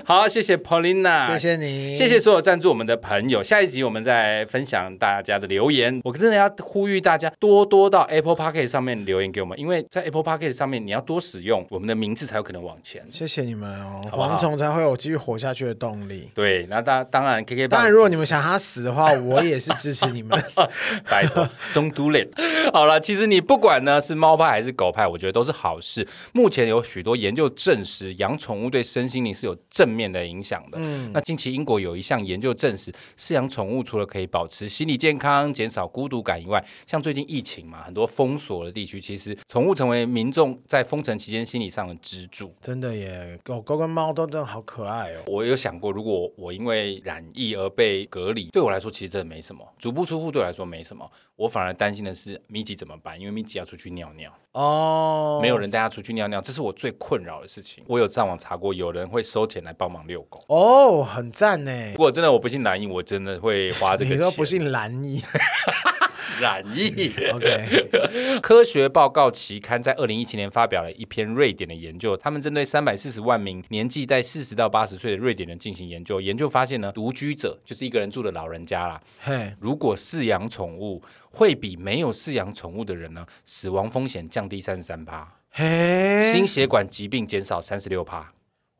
Speaker 2: 好，谢谢 Paulina，
Speaker 1: 谢谢你，
Speaker 2: 谢谢所有赞助我们的朋友。下一集我们再分享大家的留言。我真的要呼吁大家多多到 Apple p o c k e t 上面留言给我们，因为在 Apple p o c k e t 上面你要多使用，我们的名字才有可能往前。
Speaker 1: 谢谢你们哦，
Speaker 2: 好不好
Speaker 1: 蝗虫才会有继续活下去的动力。
Speaker 2: 对，那当当然 KK，
Speaker 1: 当然，如果你们想他死的话，我也是支持你们。
Speaker 2: 拜托，Don't do it。好了，其实你不管呢是猫派还是狗派，我觉得都是好事。目前有许多研究证实，养宠物对身心灵是有正面的影响的。嗯，那近期英国有一项研究证实，饲养宠物除了可以保持心理健康、减少孤独感以外，像最近疫情嘛，很多封锁的地区，其实宠物成为民众在封城期间心理上的支柱。
Speaker 1: 真的耶，狗狗跟猫都真的好可爱哦。
Speaker 2: 我有想过，如果我因为染疫而被隔离，对我来说其实真的没什么，足不出户对我来说没什么。我反而担心的是米吉怎么办，因为米吉要出去尿尿，
Speaker 1: 哦，
Speaker 2: 没有人带他出去尿尿，这是我最困扰的事情。我有上网查过，有人会收钱来帮忙遛狗。
Speaker 1: 哦，很赞呢。
Speaker 2: 如果真的我不信染疫，我真的会花这个
Speaker 1: 你
Speaker 2: 钱。
Speaker 1: 都不信蓝衣
Speaker 2: 染疫？
Speaker 1: ？OK，
Speaker 2: 科学报告期刊在二零一七年发表了一篇瑞典的研究，他们针对三百四十万名年纪在四十到八十岁的瑞典人进行研究。研究发现呢，独居者就是一个人住的老人家啦，
Speaker 1: 嘿，
Speaker 2: 如果饲养宠物，会比没有饲养宠物的人呢，死亡风险降低三十三趴，心
Speaker 1: 嘿，
Speaker 2: 血管疾病减少三十六趴，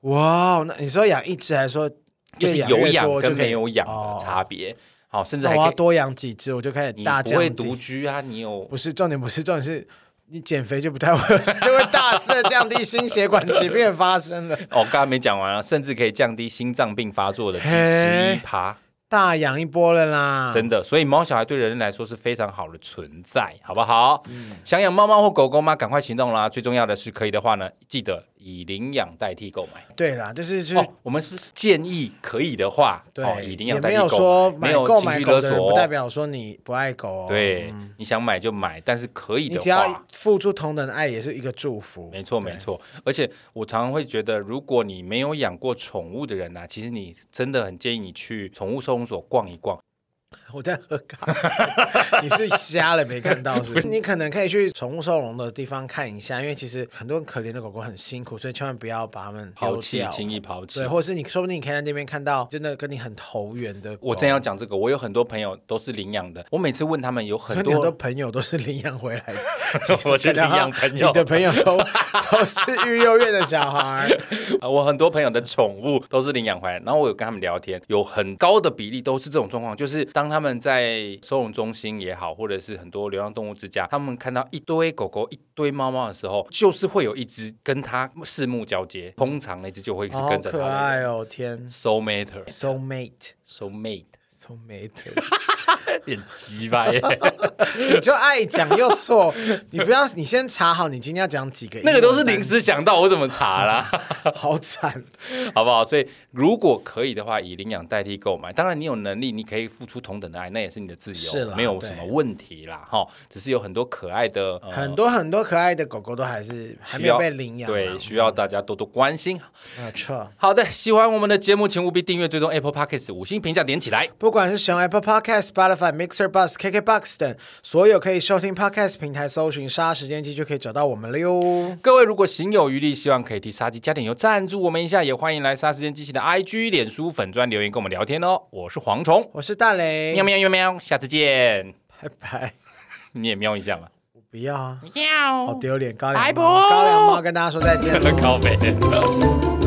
Speaker 1: 哇哦，那你说养一只还是说
Speaker 2: 就是
Speaker 1: 越
Speaker 2: 有
Speaker 1: 越
Speaker 2: 养
Speaker 1: 多
Speaker 2: 跟
Speaker 1: 就可以
Speaker 2: 没有养
Speaker 1: 哦
Speaker 2: 的差别。好、甚至
Speaker 1: 那
Speaker 2: 还
Speaker 1: 我要
Speaker 2: 可以，
Speaker 1: 多养几只，我就开始
Speaker 2: 你
Speaker 1: 大
Speaker 2: 不
Speaker 1: 降
Speaker 2: 会
Speaker 1: 低。
Speaker 2: 独居啊，你有
Speaker 1: 不是重点，不是重点是。你减肥就不太会有， 就会大肆的降低心血管疾病发生了。
Speaker 2: 哦，刚刚没讲完啊，甚至可以降低心脏病发作的几十一
Speaker 1: 嘿
Speaker 2: 趴。
Speaker 1: 大养一波了啦，
Speaker 2: 真的，所以猫小孩对人类来说是非常好的存在，好不好？
Speaker 1: 嗯
Speaker 2: 想养猫猫或狗狗吗？赶快行动啦！最重要的是，可以的话呢，记得以领养代替购买。
Speaker 1: 对啦，就是就是、
Speaker 2: 哦，我们是建议可以的话，
Speaker 1: 对，
Speaker 2: 哦、以领
Speaker 1: 也
Speaker 2: 养代
Speaker 1: 没
Speaker 2: 替
Speaker 1: 有
Speaker 2: 购
Speaker 1: 说
Speaker 2: 买
Speaker 1: 买
Speaker 2: 没有
Speaker 1: 购
Speaker 2: 情
Speaker 1: 买
Speaker 2: 绪
Speaker 1: 狗的
Speaker 2: 勒索
Speaker 1: 人
Speaker 2: 哦，
Speaker 1: 不代表说你不爱狗、哦，
Speaker 2: 对、
Speaker 1: 嗯
Speaker 2: 你想买就买，但是可以
Speaker 1: 你
Speaker 2: 的
Speaker 1: 只要
Speaker 2: 话。
Speaker 1: 付出同等的爱，也是一个祝福。
Speaker 2: 没错，
Speaker 1: 对
Speaker 2: 没错，而且我常常会觉得，如果你没有养过宠物的人呢、其实你真的很建议你去宠物收容所逛一逛，
Speaker 1: 我在喝咖啡， 你是瞎了没看到是不是？你可能可以去宠物收容的地方看一下，因为其实很多很可怜的狗狗很辛苦，所以千万不要把它们
Speaker 2: 抛
Speaker 1: 丢
Speaker 2: 弃
Speaker 1: 掉。
Speaker 2: 轻易抛弃
Speaker 1: 对，。或者是你说不定你可以在那边看到真的跟你很投缘的狗。
Speaker 2: 我真要讲这个，我有很多朋友都是领养的，我每次问他们有
Speaker 1: 可
Speaker 2: 很
Speaker 1: 是你
Speaker 2: 多
Speaker 1: 很多朋友都是领养回来的，
Speaker 2: 我去领养朋友
Speaker 1: 你的朋友都 都是育幼院的小 孩。
Speaker 2: 啊，我很多朋友的宠物都是领养回来，然后我有跟他们聊天，有很高的比例都是这种状况，就是当他们在收容中心也好，或者是很多流浪动物之家，他们看到一堆狗狗、一堆猫猫的时候，就是会有一只跟它视目交接，通常那只就会是
Speaker 1: 好
Speaker 2: 跟着它
Speaker 1: 可
Speaker 2: 的人。
Speaker 1: 爱哦，天
Speaker 2: Soul mate,
Speaker 1: ，so mate。
Speaker 2: soul mate，
Speaker 1: so mate，
Speaker 2: 变鸡巴耶！
Speaker 1: 你就爱讲又错，你不要，你先查好你今天要讲几个英文
Speaker 2: 那
Speaker 1: 单
Speaker 2: 个
Speaker 1: 词，
Speaker 2: 都是临时想到，我怎么查啦？
Speaker 1: 好惨。
Speaker 2: 好不好？所以如果可以的话，以领养代替购买。当然，你有能力，你可以付出同等的爱，那也是你的自由，
Speaker 1: 是啦
Speaker 2: 没有什么问题啦。哈，只是有很多可爱的，呃
Speaker 1: 很多很多可爱的狗狗都还是还
Speaker 2: 需
Speaker 1: 没
Speaker 2: 要
Speaker 1: 有被领养啊，
Speaker 2: 对，需要大家多多关心。
Speaker 1: 没有错。
Speaker 2: 好的，喜欢我们的节目，请务必订阅、追踪 Apple Podcast，五星评价点起来。
Speaker 1: 不管是使用 Apple Podcast、Spotify、Mixer、Bus、KKBox 等所有可以收听 Podcast 平台，搜寻“杀时间机”就可以找到我们了哟。
Speaker 2: 各位如果行有余力，希望可以替杀鸡加点油，赞助我们一下，也欢迎来杀时间机器的 IG、脸书粉砖留言跟我们聊天哦。我是蝗虫，
Speaker 1: 我是大雷，
Speaker 2: 喵喵喵喵，下次见。
Speaker 1: 拜拜。
Speaker 2: 你也喵一下嘛，
Speaker 1: 我不要啊，
Speaker 3: 喵
Speaker 1: 好丢脸，
Speaker 3: 拜
Speaker 1: 高粱
Speaker 3: 拜
Speaker 1: 猫，高粱猫跟大家说再见喽。
Speaker 2: 靠背。